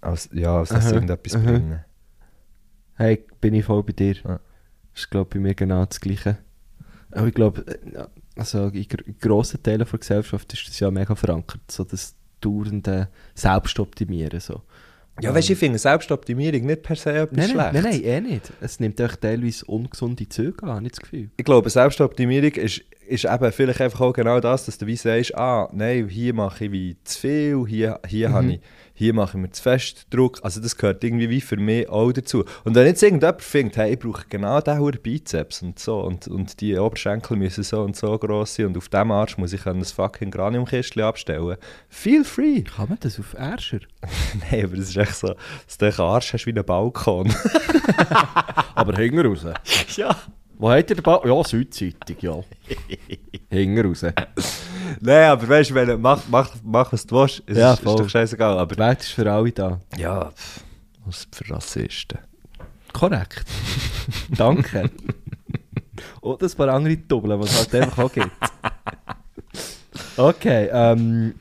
E: als, ja, als das
A: Aha,
E: irgendetwas
A: aha.
E: bringen.
A: Hey, bin ich voll bei dir.
E: Ja.
A: Das ist, glaube bei mir genau das Gleiche. Aber ich glaube, äh, ja, also in gr- in grossen Teilen der Gesellschaft ist das ja mega verankert, so das dauernde Selbstoptimieren. So.
E: Ja, weißt du, ich finde Selbstoptimierung nicht per se etwas
A: Nein, nein,
E: schlecht.
A: nein, nein, eh nicht. Es nimmt euch teilweise ungesunde Züge an, habe ich das Gefühl.
E: Ich glaube, Selbstoptimierung ist ist eben vielleicht einfach auch genau das, dass du wie sagst, ah, nein, hier mache ich wie zu viel, hier, hier,
A: Mhm.
E: habe ich, hier mache ich mir zu fest Druck. Also das gehört irgendwie wie für mich auch dazu. Und wenn jetzt irgendjemand findet, hey, ich brauche genau diesen hohen Bizeps und so und, und die Oberschenkel müssen so und so gross sein und auf diesem Arsch muss ich ein fucking Graniumkistchen abstellen, feel free.
A: Kann man das auf Ärscher?
E: nein, aber es ist echt so, dass du den Arsch hast wie einen Balkon.
A: Aber hinten raus.
E: ja.
A: Wo hat ihr den Ball? Ja, Südzeitung, ja. hinten raus.
E: Nein, aber weißt du, wenn du- mach, mach, mach was du willst, es
A: Ja,
E: ist, ist
A: voll.
E: doch scheißegal. Aber
A: Die Welt ist für alle da.
E: Ja, pff, was für Rassisten.
A: Korrekt. Danke. Und ein paar andere Doppeln, was es halt einfach auch gibt. Okay, ähm,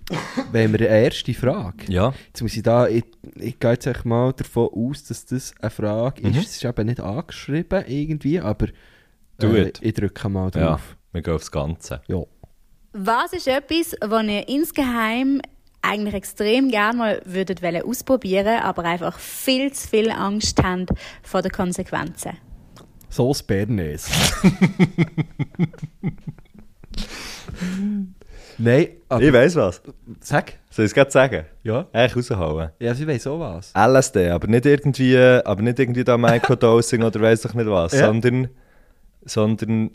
A: wenn wir eine erste Frage.
E: Ja.
A: Jetzt muss ich da, ich, ich gehe jetzt echt mal davon aus, dass das eine Frage
E: Mhm.
A: ist. Es ist eben nicht angeschrieben irgendwie, aber
E: Do
A: äh,
E: it.
A: ich drücke mal
E: Ja,
A: drauf.
E: wir gehen aufs Ganze.
A: Ja.
F: Was ist etwas, was ihr insgeheim eigentlich extrem gerne mal würdet wollen ausprobieren, aber einfach viel zu viel Angst habt vor den Konsequenzen?
A: Sauce Bernays. Nein, aber
E: Ich weiß was.
A: sag.
E: Soll ich es gerade sagen?
A: Ja.
E: Echt raushauen.
A: Ja, sie weiß auch was.
E: LSD, aber nicht irgendwie, aber nicht irgendwie da Microdosing oder weiß ich nicht was,
A: Ja.
E: sondern, sondern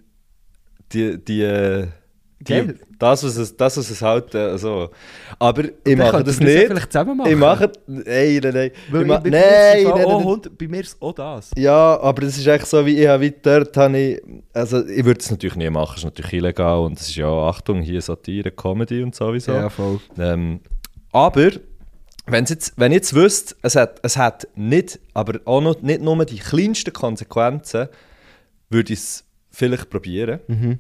E: die, die, die
A: Geil.
E: das, was es, das, was es halt äh, so. Aber ich mache
A: könnten
E: das
A: wir das ja
E: nicht.
A: vielleicht zusammen machen.
E: Ich mache, nein, nein, nein. Ich
A: Weil
E: ma-
A: bei- bei
E: nein,
A: mir ist es
E: nein,
A: auch-
E: nein,
A: auch
E: nein.
A: Hund- bei mir ist es auch das.
E: Ja, aber das ist echt so, wie ich habe wie dort habe ich, also ich würde es natürlich nie machen, es ist natürlich illegal und es ist ja, Achtung, hier Satire, Comedy und sowieso.
A: Ja, voll.
E: Ähm, aber, wenn's jetzt, wenn ich jetzt wüsste, es hat, es hat nicht, aber auch noch, nicht nur die kleinsten Konsequenzen, würde ich es vielleicht probieren.
A: Mhm.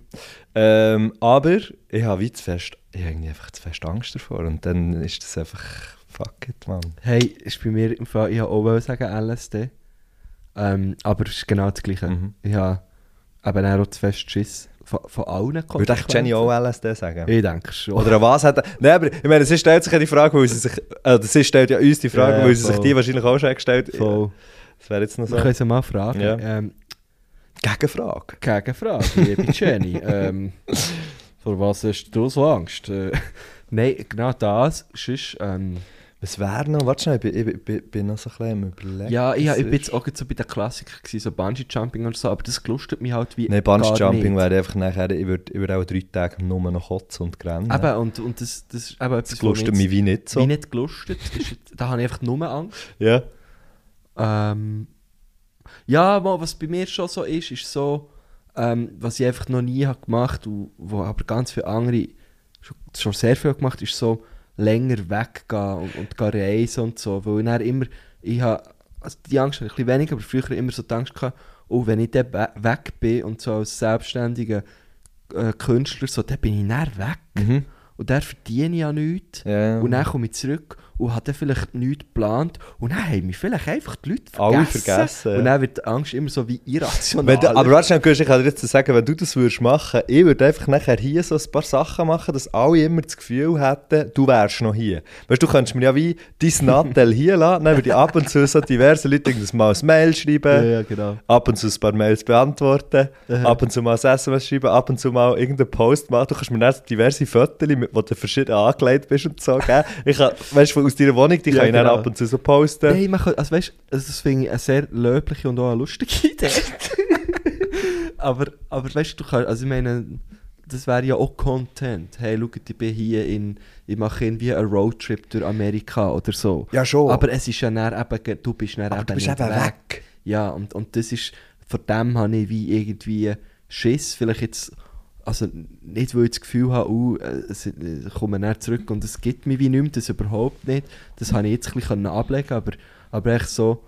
E: Ähm, aber ich habe wie zu fest, ich habe irgendwie einfach zu fest Angst davor und dann ist das einfach, fuck it, Mann.
A: Hey, ist bei mir im Fall, ich wollte auch wollen sagen LSD. Ähm, aber es ist genau das Gleiche.
E: Mhm.
A: Ich habe eben dann auch zu fest Schiss von, von allen
E: Würde echt Jenny auch LSD sagen?
A: Ich denke schon.
E: Oder an was hat er... Nein, aber ich meine, sie stellt sich ja die Frage, weil sie sich... Äh, sie stellt ja uns die Frage,
A: Ja,
E: weil sie sich
A: voll.
E: die wahrscheinlich auch schon gestellt
A: Voll.
E: Das wäre jetzt noch so
A: Wir können sie mal fragen.
E: Ja.
A: Ähm,
E: Gegenfrage.
A: Gegenfrage, liebe Jenny. ähm, vor was hast du so Angst? Äh, Nein, genau das. Sonst, ähm,
E: Was wäre noch... Warte schnell, ich bin, ich bin- bin, bin noch so ein bisschen am überlegen.
A: ja, ich,
E: was
A: ich bin
E: ist.
A: jetzt auch gerade so bei den Klassikern, gewesen, so Bungee-Jumping und so, aber das gelustet mich halt wie
E: Nein,
A: gar nicht.
E: Bungee-Jumping wäre einfach nachher... Ich würde ich würd auch drei Tage nur noch kotzen und grennen.
A: Eben, und, und das, das ist eben etwas,
E: das
A: wo
E: lustet mich wie nicht so.
A: Wie nicht gelustet. Ist, da habe ich einfach nur Angst.
E: Ja.
A: Ähm, ja, mal, was bei mir schon so ist, ist so, ähm, was ich einfach noch nie habe gemacht und wo aber ganz viele andere schon, schon sehr viel gemacht ist so länger weggehen und, und gehen reisen und so. Weil ich dann immer, ich habe, also die Angst habe ich ein bisschen weniger, aber früher immer so die Angst gehabt, oh, wenn ich dann we- weg bin und so als selbstständiger äh, Künstler, so, dann bin ich dann weg. Und dann verdiene ich ja nichts.
E: Mhm. Ja.
A: Und dann komme ich zurück und habe dann vielleicht nichts geplant. Und dann haben mich vielleicht einfach die Leute vergessen.
E: Alle vergessen, ja.
A: Und dann wird die Angst immer so wie irrational.
E: Wenn du, aber warte schnell, Gusch, ich kann dir jetzt sagen, wenn du das würdest machen, ich würde einfach nachher hier so ein paar Sachen machen, dass alle immer das Gefühl hätten, du wärst noch hier. Weißt du, du könntest mir ja wie dein Nattel hier lassen, dann würde ich ab und zu so diverse Leute irgendwas mal ein Mail schreiben,
A: Ja, ja, genau.
E: ab und zu ein paar Mails beantworten, ab und zu mal ein SMS schreiben, ab und zu mal irgendeinen Post machen. Du kannst mir dann so diverse Fotos, mit- wo du verschieden angelegt bist und so, gell? Ich kann, weißt du, aus deiner Wohnung, die
A: Ja,
E: kann ich dann
A: genau.
E: ab und zu so posten.
A: Nein, man könnte, also weißt, also das finde ich eine sehr löbliche und auch eine lustige Idee. aber, aber weißt du, du kannst, also ich meine, das wäre ja auch Content. Hey, schau, ich bin hier in, ich mache irgendwie einen Roadtrip durch Amerika oder so.
E: Ja, schon.
A: Aber es ist ja dann eben, ge- du bist dann eben,
E: du bist
A: nicht
E: eben weg.
A: Ja, und, und das ist, vor dem habe ich wie irgendwie Schiss, vielleicht jetzt, also nicht, weil ich das Gefühl habe, uh, es ich komme näher zurück und es gibt mir wie nichts, das überhaupt nicht, das habe ich jetzt ein bisschen ablegen können, aber, aber echt so,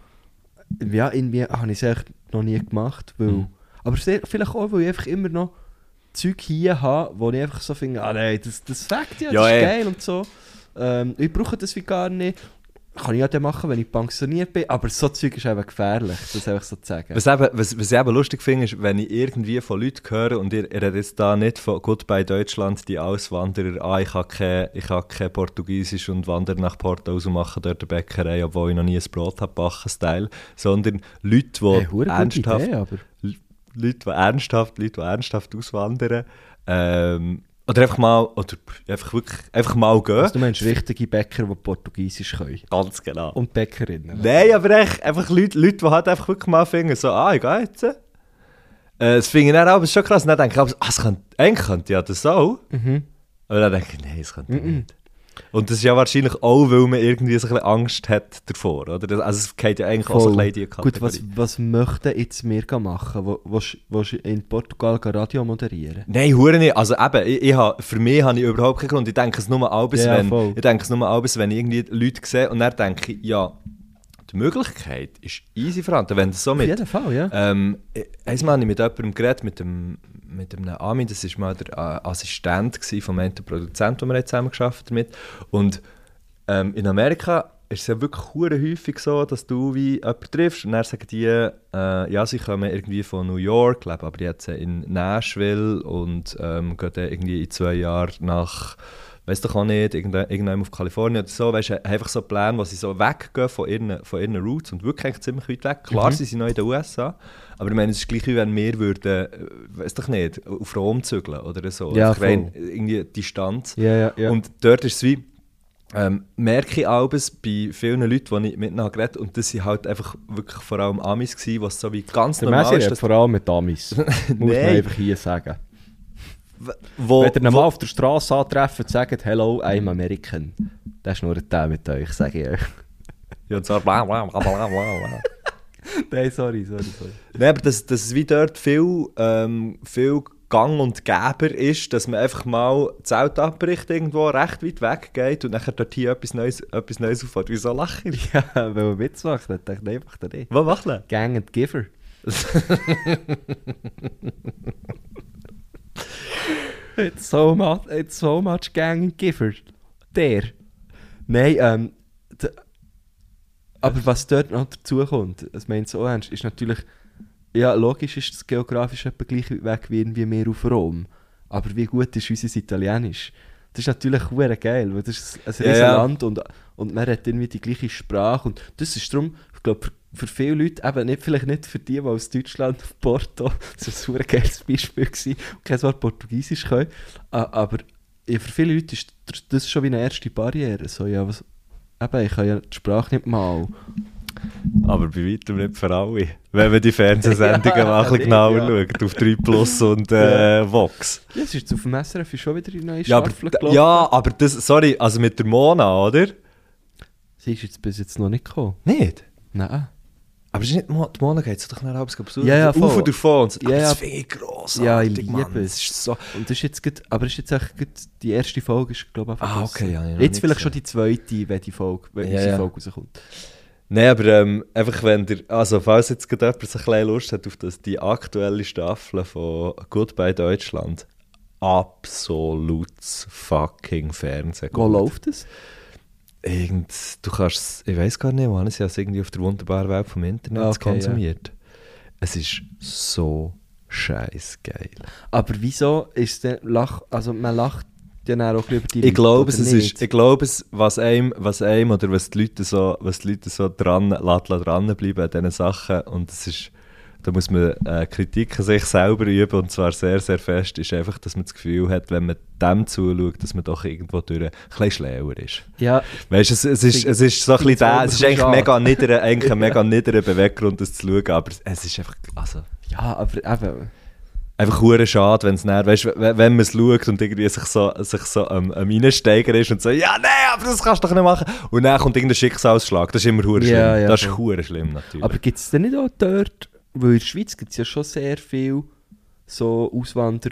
A: ja, irgendwie habe ich es echt noch nie gemacht, weil,
E: Mhm.
A: aber sehr, vielleicht auch, weil ich einfach immer noch Zeug hier habe, wo ich einfach so finde, ah nein, das, das fängt ja,
E: Ja, eh.
A: das
E: ey.
A: ist geil und so, ähm, ich brauche das wie gar nicht, kann ich ja dann machen, wenn ich pensioniert bin, aber so Zeug ist eben gefährlich, das einfach so zu sagen.
E: Was, eben, was, was ich eben lustig finde, ist, wenn ich irgendwie von Leuten höre, und ihr, ihr redet jetzt da nicht von Goodbye Deutschland, die Auswanderer, ah, ich habe kein, ich habe kein Portugiesisch und wandere nach Porto aus und mache dort eine Bäckerei, obwohl ich noch nie ein Brot habe backen, Style, sondern Leute, die
A: Hey, hure gute
E: ernsthaft...
A: Idee, aber-
E: Leute, die ernsthaft, Leute, die ernsthaft auswandern, Ähm, oder einfach mal, oder einfach wirklich, einfach mal gehen.
A: Also, du meinst richtige Bäcker, die Portugiesisch können.
E: Ganz genau.
A: Und Bäckerinnen.
E: Nein, aber echt, einfach Leute, Leute, die halt einfach wirklich mal finden, so, ah, ich gehe jetzt. Äh, das finde ich dann aber schon krass. Dann denke ich, aber, ah, es könnte, eigentlich könnte ja das auch.
A: Mhm.
E: Aber dann denke ich, nein, es könnte nicht. Und das ist ja wahrscheinlich auch, weil man irgendwie so ein bisschen Angst hat davor, oder? Das- Also es geht ja eigentlich auch so ein bisschen in die Kategorie.
A: Gut, was, was möchten jetzt wir machen? Wo- Willst willst du in Portugal Radio moderieren?
E: Nein, hure nicht. Also eben, ich, ich hab, für mich habe ich überhaupt keinen Grund. Ich denke es nur abends,
A: Ja, voll.
E: wenn, ich denke es nur abends, wenn ich irgendwie Leute sehe und dann denke ich, ja, die Möglichkeit ist easy vorhanden. Wenn das so
A: Auf
E: mit...
A: jeden Fall, ja.
E: Ähm, ich- einmal habe ich mit jemandem geredet, mit, dem, mit einem Ami, das war mal der äh, Assistent gsi vom einen Produzenten, den wir jetzt zusammen geschafft mit. Und ähm, in Amerika ist es ja wirklich hure häufig so, dass du wie jemanden triffst und dann sagen die, äh, ja, sie kommen irgendwie von New York, leben aber jetzt in Nashville und ähm, gehen dann irgendwie in zwei Jahren nach weiß doch auch nicht, irgende- irgendeinem auf Kalifornien oder so, weißt du, einfach so Pläne, wo sie so weggehen von ihren, von ihren Roots und wirklich eigentlich ziemlich weit weg.
A: Mhm.
E: Klar, sie sind noch in den USA, aber ich meine, es ist gleich, wie wenn wir würden, äh, weiß doch nicht, auf Rom zügeln oder so.
A: Ja,
E: ich meine,
A: voll.
E: irgendwie Distanz.
A: Ja, ja, ja.
E: Und dort ist es wie, ähm, merke ich alles bei vielen Leuten, die ich mit ihnen habe geredet habe, und das sind halt einfach wirklich vor allem Amis gewesen, was so wie ganz
A: Der
E: normal
A: Messi
E: ist,
A: redet
E: dass,
A: vor allem mit Amis. Muss man
E: Nein.
A: einfach hier sagen.
E: wo,
A: Wenn ihr ihn mal
E: wo-
A: auf der Straße antrefft, sagt «Hello, I'm American». Das ist nur der mit euch, sage ich euch.
E: ja, und zwar bla bla bla bla bla bla.
A: Nein, sorry, sorry, sorry.
E: Nein, aber dass, dass es wie dort viel, ähm, viel Gang und Geber ist, dass man einfach mal die Zelt abbricht, irgendwo recht weit weg geht und nachher dort hier etwas Neues, etwas Neues auffällt. Wieso lache ich?
A: Ja, wenn man mitmacht, dann denkt einfach der nicht.
E: Was macht er?
A: Gang and Giver. it's, so much, it's so much Gang and Giver. Der. Nein, ähm, d- aber was dort noch dazu kommt, das meinst du auch ernst, ist natürlich, ja, logisch ist das geografisch etwa gleich weit weg wie irgendwie mehr auf Rom. Aber wie gut ist unser Italienisch? Das ist natürlich hure geil, weil das ist ein riesen
E: Ja, ja.
A: Land und, und man hat irgendwie die gleiche Sprache. Und das ist darum, ich glaube, für, für viele Leute, eben nicht, vielleicht nicht für die, die aus Deutschland auf Porto, das war ein hure geiles Beispiel, gewesen, und kein Wort Portugiesisch können, A- aber ja, für viele Leute ist dr- das schon wie eine erste Barriere. So, ja, was, eben, ich kann ja die Sprache nicht mal.
E: Aber bei weitem nicht für alle. Wenn man die Fernsehsendungen
A: Ja,
E: mal ein bisschen
A: nicht,
E: genauer
A: ja.
E: schaut, auf 3 Plus und äh, Vox.
A: Ja, es ist auf dem SRF ist schon wieder eine neue
E: Ja aber,
A: Staffel
E: d-
A: gelaufen.
E: ja, aber das, sorry, also mit der Mona, oder?
A: Sie ist jetzt bis jetzt noch nicht gekommen.
E: Nicht.
A: Nein.
E: Aber es ist nicht, Mo- die Mona geht so doch nachher abends besuchen.
A: Ja, ja,
E: auf
A: voll.
E: und davon. Und so,
A: Ja,
E: aber
A: ja.
E: das finde ich grossartig,
A: Ja, ich liebe
E: Mann.
A: es.
E: Das ist so...
A: Und das ist jetzt grad, aber das ist jetzt echt grad, die erste Folge, ist, glaube ich, einfach
E: Ah,
A: draussen.
E: okay, ja, ich noch
A: Jetzt
E: nicht
A: vielleicht
E: gesehen.
A: schon die zweite, wenn die Folge, wenn
E: Ja,
A: unsere
E: ja.
A: Folge rauskommt.
E: Nein, aber ähm, einfach wenn der, also falls jetzt gerade jemand so ein bisschen Lust hat auf das, die aktuelle Staffel von Goodbye Deutschland, absolutes fucking Fernsehen.
A: Wo läuft es?
E: Irgend, du kannst, ich weiß gar nicht, wann ich es irgendwie auf der wunderbaren Welt vom Internet
A: Ah, okay,
E: konsumiert. Es ist so scheiß geil.
A: Aber wieso ist der Lach, also man lacht ja dann auch über die
E: Ich glaube, es
A: oder
E: ist,
A: nicht?
E: ich glaube, es, was einem, was einem oder was die Leute so, was die Leute so dran, lässt, lässt dranbleiben an diesen Sachen und es ist, da muss man äh, Kritik an sich selber üben und zwar sehr, sehr fest, ist einfach, dass man das Gefühl hat, wenn man dem zuschaut, dass man doch irgendwo durch ein bisschen schlauer ist.
A: Ja,
E: Weißt du, es, es, ist, es ist so ein bisschen der, es ist eigentlich mega niederer, eigentlich ein mega niederer Beweggrund, das zu schauen, aber es ist einfach, also...
A: ja, aber eben.
E: Einfach hure schade, wenn es näher, weißt, wenn wenn man es schaut und irgendwie sich so, sich so am, am Reinsteiger ist und so, ja, nee, aber das kannst du doch nicht machen. Und dann kommt irgendein Schicksalsschlag. Das ist immer hure schlimm.
A: Ja, ja,
E: das ist
A: voll.
E: hure schlimm natürlich.
A: Aber gibt es denn nicht auch dort, weil in der Schweiz gibt es ja schon sehr viel so Auswander,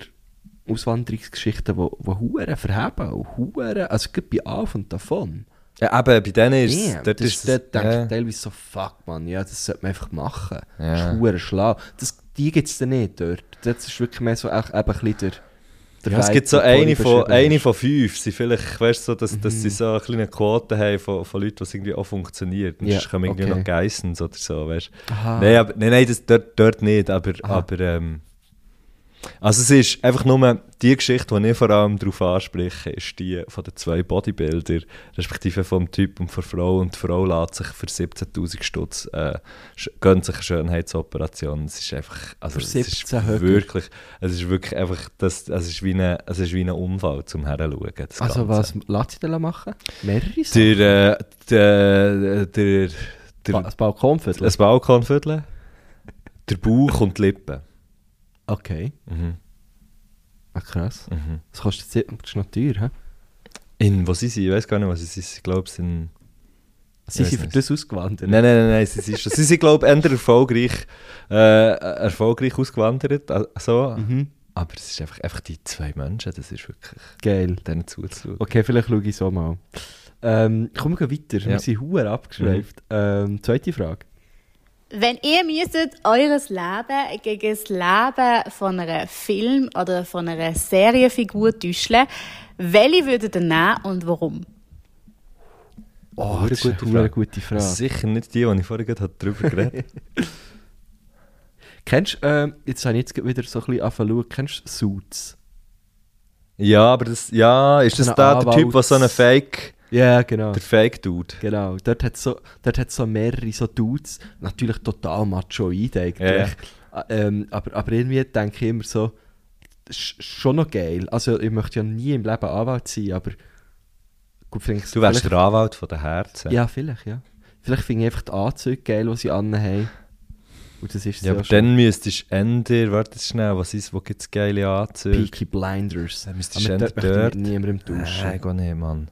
A: Auswanderungsgeschichten, die Huren verheben und Huren, also gibt bei Auf und davon.
E: ja, äh, eben, bei denen ist es,
A: Damn,
E: dort
A: das,
E: ist es,
A: dort denke
E: ja.
A: ich teilweise so, fuck man, ja, das sollte man einfach machen.
E: Ja.
A: Das ist hure schlau. Das, die gibt es dann nicht dort. Das ist wirklich mehr so auch, eben ein bisschen der, der
E: Ja, es
A: Vibe,
E: gibt so
A: den du
E: eine
A: vorhin
E: von, eine
A: beschrieben
E: von fünf. Sie vielleicht, weißt du, so, dass, dass sie so eine kleine Quote haben von, von Leuten, was irgendwie auch funktioniert. Und
A: Ja,
E: sonst kommen irgendwie
A: okay.
E: noch Geissens oder so, weißt du.
A: Aha.
E: Nein, aber, nein, nein, das, dort, dort nicht, aber, aber ähm, Also es ist einfach nur die Geschichte, die ich vor allem darauf anspreche, ist die von den zwei Bodybuilder, respektive vom Typ und von der Frau. Und die Frau lässt sich für 17'000 Stutz, äh, sch- gönnt sich eine Schönheitsoperation. Es ist einfach, also
A: Für
E: es ist
A: 17 Höcke.
E: wirklich, es ist wirklich einfach, das, es, ist wie eine, es ist wie ein Unfall zum Heranschauen. das
A: Also
E: Ganze.
A: was lässt sie denn machen? Mehrere Sachen?
E: Der, äh, der, der,
A: Ba-
E: der,
A: Das Balkonviertel?
E: ein Balkonviertel, der Bauch und die Lippen.
A: Okay.
E: Mhm.
A: Ah, krass.
E: Mhm.
A: Das kostet sehr, das ist noch teuer, hä?
E: In, wo sie sind, ich weiß gar nicht, was sie sind. Ich glaube, sie sind...
A: Sie
E: Ich
A: sind
E: weiss
A: für
E: nicht.
A: das ausgewandert.
E: Nein, nein, nein, nein, sie sind schon. Sie sind, glaube ich, eher erfolgreich, äh, erfolgreich ausgewandert. äh, So.
A: Mhm.
E: Aber es ist einfach, einfach die zwei Menschen, das ist wirklich
A: Geil.
E: denen zuzuschauen.
A: Okay, vielleicht schaue ich so mal. Ähm, kommen wir weiter.
E: Ja. Mhm.
A: Wir sind Huren abgeschreibt. Ähm, zweite Frage.
F: Wenn ihr müsstet eures Leben gegen das Leben von einer Film- oder von einer Serienfigur täuschen, welche würdet ihr nehmen und warum?
A: Oh,
E: das ist
A: eine
E: eine Frage.
A: gute, Frage. gute Frage.
E: Sicher nicht die, die ich vorhin gerade darüber geredet habe.
A: Kennst du, ähm, jetzt habe ich jetzt gerade wieder so ein bisschen angefangen zu schauen, kennst du Suits?
E: ja, aber das, ja, ist das
A: Ein
E: da der Typ,
A: Anwalt.
E: der so einen Fake,
A: Ja, genau.
E: der Fake-Dude?
A: Genau, dort hat so, dort hat so mehrere so Dudes, natürlich total machoid eigentlich.
E: Ja.
A: Ah, Ähm, aber, aber irgendwie denke ich immer so, das ist schon noch geil. Also ich möchte ja nie im Leben Anwalt sein, aber gut, vielleicht,
E: Du wärst
A: vielleicht,
E: der Anwalt von den Herzen.
A: Ja, vielleicht, ja. Vielleicht finde ich einfach die Anzüge geil, die sie anhaben. Und das ist
E: Ja, aber
A: so schon.
E: dann müsstest du Ender, warte schnell, was ist, wo gibt es geile Anzüge?
A: Peaky Blinders.
E: Dann müsstest
A: Aber
E: du
A: dort
E: entweder
A: möchte ich
E: dort-
A: mit niemandem
E: Nein,
A: tauschen.
E: gar nicht, Mann.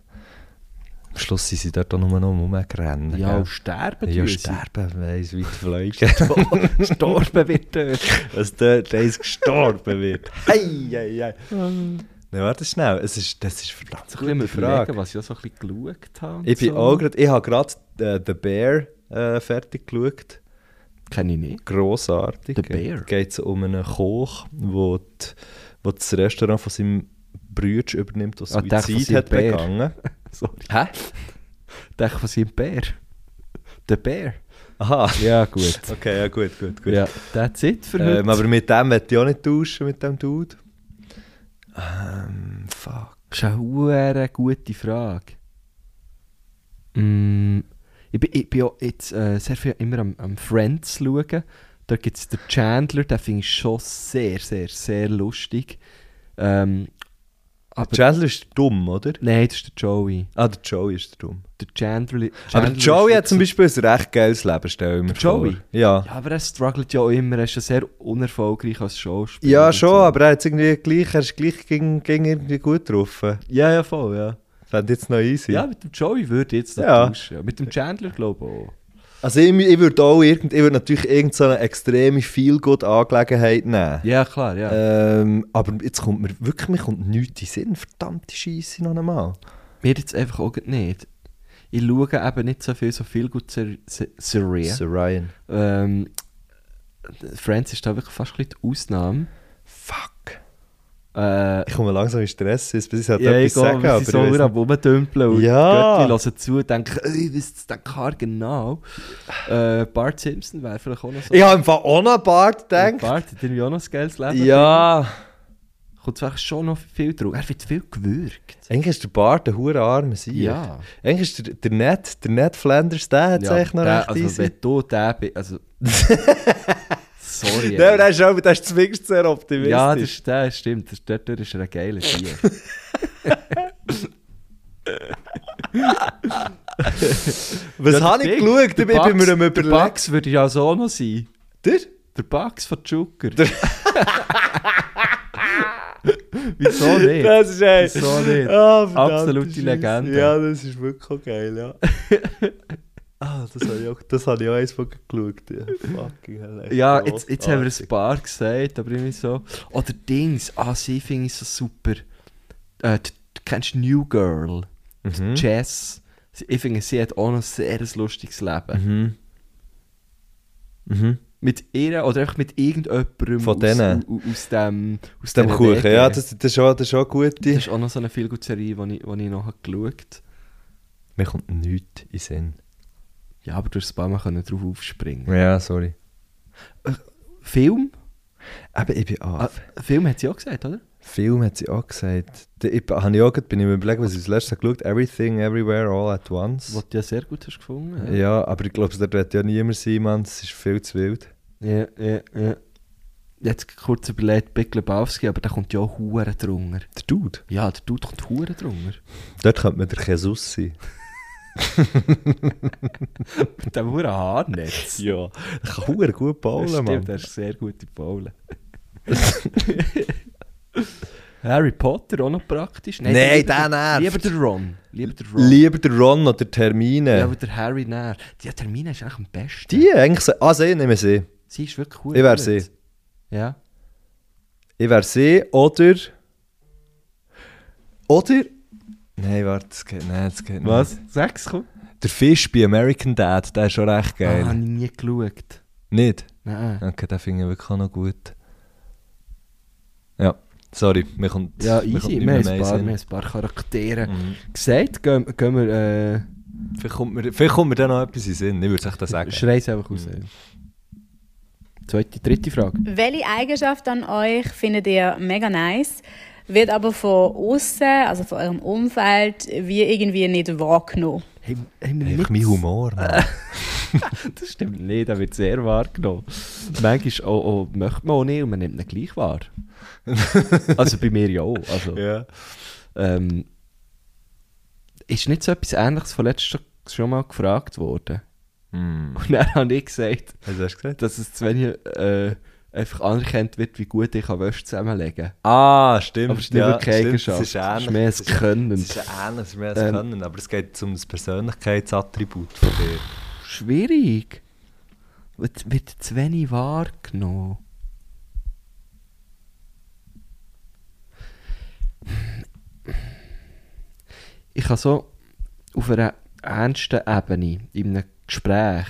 E: Am Schluss sind sie dort auch nur noch rumgerannt.
A: ja,
E: gell?
A: und sterben
E: ja
A: tun sie.
E: sterben, weiss, wie die Fleisch.
A: Gestorben wird dort.
E: dass dort eins gestorben wird. Hei, hei, hei. Nein, warte schnell, es ist, das ist verdammt
A: So
E: so
A: ein bisschen
E: gute
A: überlegen,
E: Frage.
A: was ich auch so ein bisschen geschaut habe.
E: Ich, bin
A: so.
E: auch grad, ich habe gerade äh, «The Bear» äh, fertig geschaut.
A: Kenne ich nicht.
E: grossartig.
A: The Bear.
E: Geht es um einen Koch, wo, die, wo das Restaurant von seinem Brütsch übernimmt, was
A: Ah, der von
E: Suizid
A: seinem
E: hat
A: Bär.
E: begangen.
A: Sorry.
E: Hä?
A: Der von seinem Bär. Der Bär.
E: Aha.
A: Ja, gut.
E: Okay, ja gut, gut, gut.
A: ja, that's it für
E: ähm,
A: heute.
E: aber mit dem möchte ich auch nicht tauschen, mit dem Dude. Ähm, fuck.
A: Das ist eine huere gute Frage. Mm, ich, bin, ich bin auch jetzt äh, sehr viel immer am, am Friends schauen. Da gibt es den Chandler, den finde ich schon sehr, sehr, sehr lustig. Ähm, aber
E: Chandler ist dumm, oder?
A: nein, das ist der Joey.
E: Ah, der Joey ist der dumm.
A: Der Chandler,
E: aber
A: Chandler
E: der Joey
A: ist
E: hat zum
A: jetzt-
E: Beispiel ein recht geiles Leben, stell ich mir
A: Der Joey?
E: vor. Ja.
A: Ja, aber er struggelt ja auch immer. Er ist ja sehr unerfolgreich als Schauspieler.
E: Ja,
A: und
E: schon,
A: so.
E: aber er, hat irgendwie gleich, er ist gleich gegen, gegen irgendwie gut getroffen.
A: Ja, ja, voll, ja.
E: Fände ich jetzt noch easy.
A: Ja, mit dem Joey würde ich jetzt noch
E: Ja.
A: tauschen. Mit dem Chandler, glaube ich auch.
E: Also ich, ich würde auch irgend, ich würde natürlich irgendeine extreme Feel-Good-Angelegenheit nehmen.
A: Ja, klar, ja.
E: Ähm, aber jetzt kommt mir wirklich mir kommt nichts in den Sinn. Verdammte Scheiße noch einmal.
A: Mir jetzt einfach auch grad nicht. Ich schaue eben nicht so viel, so viel gut Ser- Se- Serien.
E: Sir Ryan.
A: Ähm, Friends ist da wirklich fast ein bisschen die Ausnahme.
E: Fuck.
A: Äh,
E: Ich komme langsam in Stress, jetzt bis ich halt
A: ja, ich
E: etwas
A: gehe,
E: sagen,
A: wir
E: aber
A: sind
E: ich
A: so
E: weiss
A: am rumdümpeln und
E: Ja.
A: die Götti hören zu und denken, ey, was ist denn Kar genau? Äh, Bart Simpson wäre vielleicht auch noch so.
E: nicht. ich habe einfach auch noch an Bart
A: Und
E: gedacht.
A: Bart hat irgendwie auch noch ein geiles Leben.
E: Ja.
A: Kommt zwar schon noch viel drauf. Er wird viel gewürgt.
E: Eigentlich ist der Bart ein hoher armer Sieg.
A: Ja.
E: Eigentlich ist der, der Ned, der Ned Flanders, der hat es
A: Ja,
E: eigentlich noch
A: der-
E: recht
A: also,
E: easy.
A: Wenn du der bist, also... Sorry.
E: Nein, aber
A: ey.
E: der ist auch, der ist zumindest sehr optimistisch.
A: Ja, das, ist- das stimmt. Das, dort dort ist er ein geiler Tier.
E: Was habe ich geschaut? Ich bin
A: mir
E: mir am
A: Der
E: überlegen.
A: Bugs würde ja also auch noch sein.
E: Der?
A: Der Bugs von Zucker. Wieso nicht?
E: Das ist ey.
A: Wieso nicht?
E: Ah, verdammte
A: Absolute
E: Scheisse.
A: Legende.
E: Ja, das ist wirklich auch geil, ja. ah, das habe ich auch, das habe ich auch eins von geschaut. Ja. Fucking hell. echt
A: Ja, jetzt, jetzt haben wir
E: grossartig.
A: ein paar gesagt, aber irgendwie so. Oder Dings, ah, sie finde ich so super. Äh, du, du kennst New Girl, mhm. Jess. Sie- Ich finde, sie hat auch noch ein sehr lustiges Leben. Mhm. Mit ihr oder einfach mit irgendjemandem
E: Von denen?
A: Aus, aus, aus dem, aus
E: Aus dem
A: diesen
E: Kuchen,
A: Wegen.
E: ja, das, das ist schon, das ist schon gut.
A: Das ist auch noch so eine viel gute Serie, die ich, die ich noch geschaut habe.
E: Mir kommt nichts in den Sinn.
A: Ja, aber du hast ein paar Mal können drauf aufspringen.
E: Ja, sorry.
A: Film?
E: Eben, ich bin
A: Ah,
E: AF.
A: Film hat sie auch gesagt, oder?
E: Film hat sie auch gesagt. Da- Ich bin- habe ich auch gerade- bin ich mir überlegt, was ich das letzte geschaut habe. Everything, Everywhere, All at Once.
A: Was du ja sehr gut hast gefunden.
E: Ja, aber ich glaube, da wird ja niemand sein, Mann. Es ist viel zu wild.
A: Ja, ja, ja. Jetzt kurz überlegt, Big Lebowski, aber der kommt ja auch Huren drunter.
E: Der Dude.
A: Ja, der Dude kommt Huren drunter.
E: Dort könnte man der Jesus sein.
A: Mit dem Huren Haarnetz.
E: Ja. Der kann verdammt gut
A: Das
E: bauen,
A: stimmt,
E: Mann.
A: der ist sehr gut in Bowlen. Harry Potter auch noch praktisch.
E: Nein,
A: lieber
E: der nervt.
A: Lieber der Ron. Lieber der Ron.
E: Lieber der Ron oder Termine.
A: Ja, aber der Harry nervt. Die Termine ist eigentlich am besten.
E: die eigentlich. so- Ah, sie, nehmen sie.
A: Sie ist wirklich cool.
E: Ich wäre sie.
A: Ja.
E: Ich wäre sie oder. Oder. Nein, warte, das geht nicht. Das geht nicht.
A: Sechs kommt?
E: Der Fisch bei American Dad, der ist schon recht
A: Ah,
E: geil.
A: habe ich nie geschaut.
E: Nicht?
A: Nein.
E: Okay, den finde ich wirklich auch noch gut. Ja, sorry, mir kommt.
A: Ja,
E: mir kommt
A: easy.
E: nicht
A: Wir
E: mehr
A: haben
E: mehr
A: ein paar,
E: Sinn.
A: wir haben ein paar Charaktere
E: Mhm.
A: gesagt. Gehen, gehen wir... Äh,
E: Vielleicht kommt, mir, vielleicht kommt mir da noch etwas in den Sinn, ich würde es echt sagen.
A: Schrei es einfach raus. Zweite, dritte Frage.
F: Welche Eigenschaft an euch findet ihr mega nice, wird aber von außen, also von eurem Umfeld, wie irgendwie nicht wahrgenommen?
A: Hey, hey, wir
E: Einfach
A: nichts?
E: mein Humor. Mann.
A: Das stimmt nicht, der wird sehr wahrgenommen. Manchmal auch, auch, möchte man auch nicht und man nimmt ihn gleich wahr. also bei mir ja auch. Also,
E: ja.
A: ähm, ist nicht so etwas Ähnliches von letztem schon mal gefragt worden?
E: Hm.
A: Und dann habe ich gesagt,
E: Was hast du gesagt?
A: dass es zu wenig äh, einfach anerkannt wird, wie gut ich kann Wäsche zusammenlegen kann.
E: Ah, stimmt.
A: Aber es ist nicht wirklich
E: stimmt,
A: Eigenschaft.
E: Es ist
A: Es ist
E: ähnlich.
A: mehr ein
E: Es
A: Können.
E: ist ähnlich, es ist mehr als
A: Ähm.
E: Können, aber es geht um das Persönlichkeitsattribut von dir.
A: Schwierig. Wird, wird zu wenig wahrgenommen. Ich kann so auf einer ernsten Ebene, in einem Gespräch,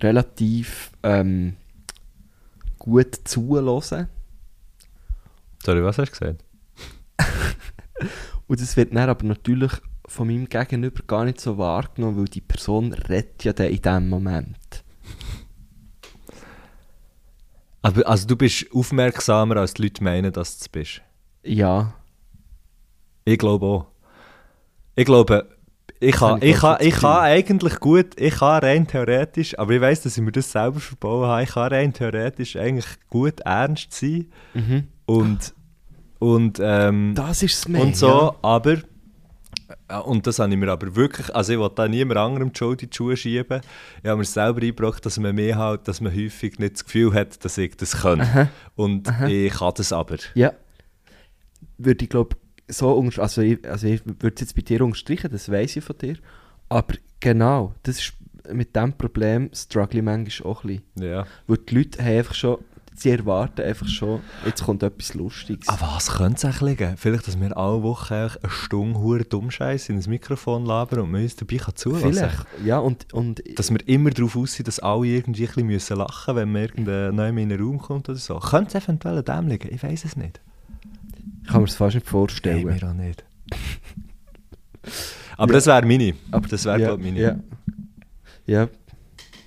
A: relativ ähm, gut zuhören.
E: Sorry, was hast du gesagt?
A: Und das wird dann aber natürlich von meinem Gegenüber gar nicht so wahrgenommen, weil die Person redet ja dann in dem Moment.
E: Aber, also du bist aufmerksamer, als die Leute meinen, dass du es bist.
A: Ja.
E: Ich glaube auch. Ich glaube, ich kann,
A: habe ich
E: ich kann,
A: auch schon
E: ich
A: das
E: kann eigentlich gut, ich kann rein theoretisch, aber ich weiss, dass ich mir das selber verbauen habe, ich kann rein theoretisch eigentlich gut ernst sein
A: Mhm.
E: und, und, ähm,
A: Das ist es
E: und so, aber, äh, und das habe ich mir aber wirklich, also ich will da niemand anderem die Schuld in die Schuhe schieben, ich habe mir selber eingebracht, dass man mehr halt, dass man häufig nicht das Gefühl hat, dass ich das kann. Und ich kann das aber.
A: Ja. Würde ich glaube so unter- also ich, also ich würde es jetzt bei dir unterstreichen, das weiß ich von dir. Aber genau, das ist mit diesem Problem struggle ich manchmal auch ein bisschen.
E: Ja.
A: Weil die Leute haben einfach schon, sie erwarten einfach schon, jetzt kommt etwas Lustiges.
E: An was könnte es eigentlich liegen? Vielleicht, dass wir alle Woche eigentlich eine Stunde hure Dummscheiß in ein Mikrofon labern und man uns dabei kann zulassen
A: Vielleicht. Ja, und, und
E: Dass wir immer darauf aussehen, dass alle irgendwie ein bisschen müssen lachen müssen, wenn man irgendein neu in den Raum kommt oder so. Könnte es eventuell an dem liegen? Ich weiß es nicht.
A: ich kann mir das fast nicht
E: Nein,
A: vorstellen.
E: mir auch nicht. Aber das wäre meine. Aber das wäre,
A: ja,
E: glaube ich, meine.
A: ja. ja,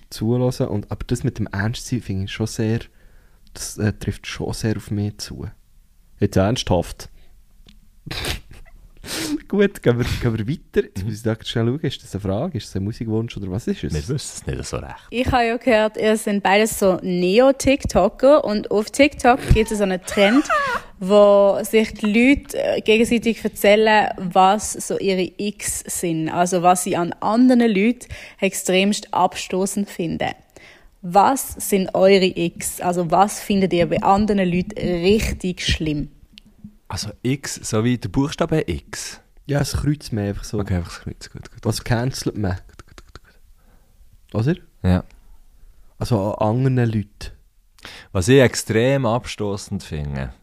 A: zulassen. Und, aber das mit dem Ernstsein finde ich schon sehr, das äh, trifft schon sehr auf mich zu. Jetzt ernsthaft. Gut, gehen wir, gehen wir weiter.
E: Mhm.
A: Jetzt muss ich da schnell schauen, ist das eine Frage, ist das ein Musikwunsch oder was ist es?
E: Wir wissen es nicht so recht.
F: Ich habe ja gehört, ihr sind beides so Neo-TikToker und auf TikTok gibt es so einen Trend, wo sich die Leute äh, gegenseitig erzählen, was so ihre X sind, also was sie an anderen Leuten extremst abstoßend finden. Was sind eure X? Also was findet ihr bei anderen Leuten richtig schlimm?
E: Also X, so wie der Buchstabe X.
A: Ja, es kreuzt mir einfach so.
E: Okay, einfach das Kreuz. Gut, gut, gut,
A: Was cancelt man?
E: gut, gut, gut, gut.
A: Oder?
E: Ja.
A: Also an anderen Leuten.
E: Was ich extrem abstoßend finde,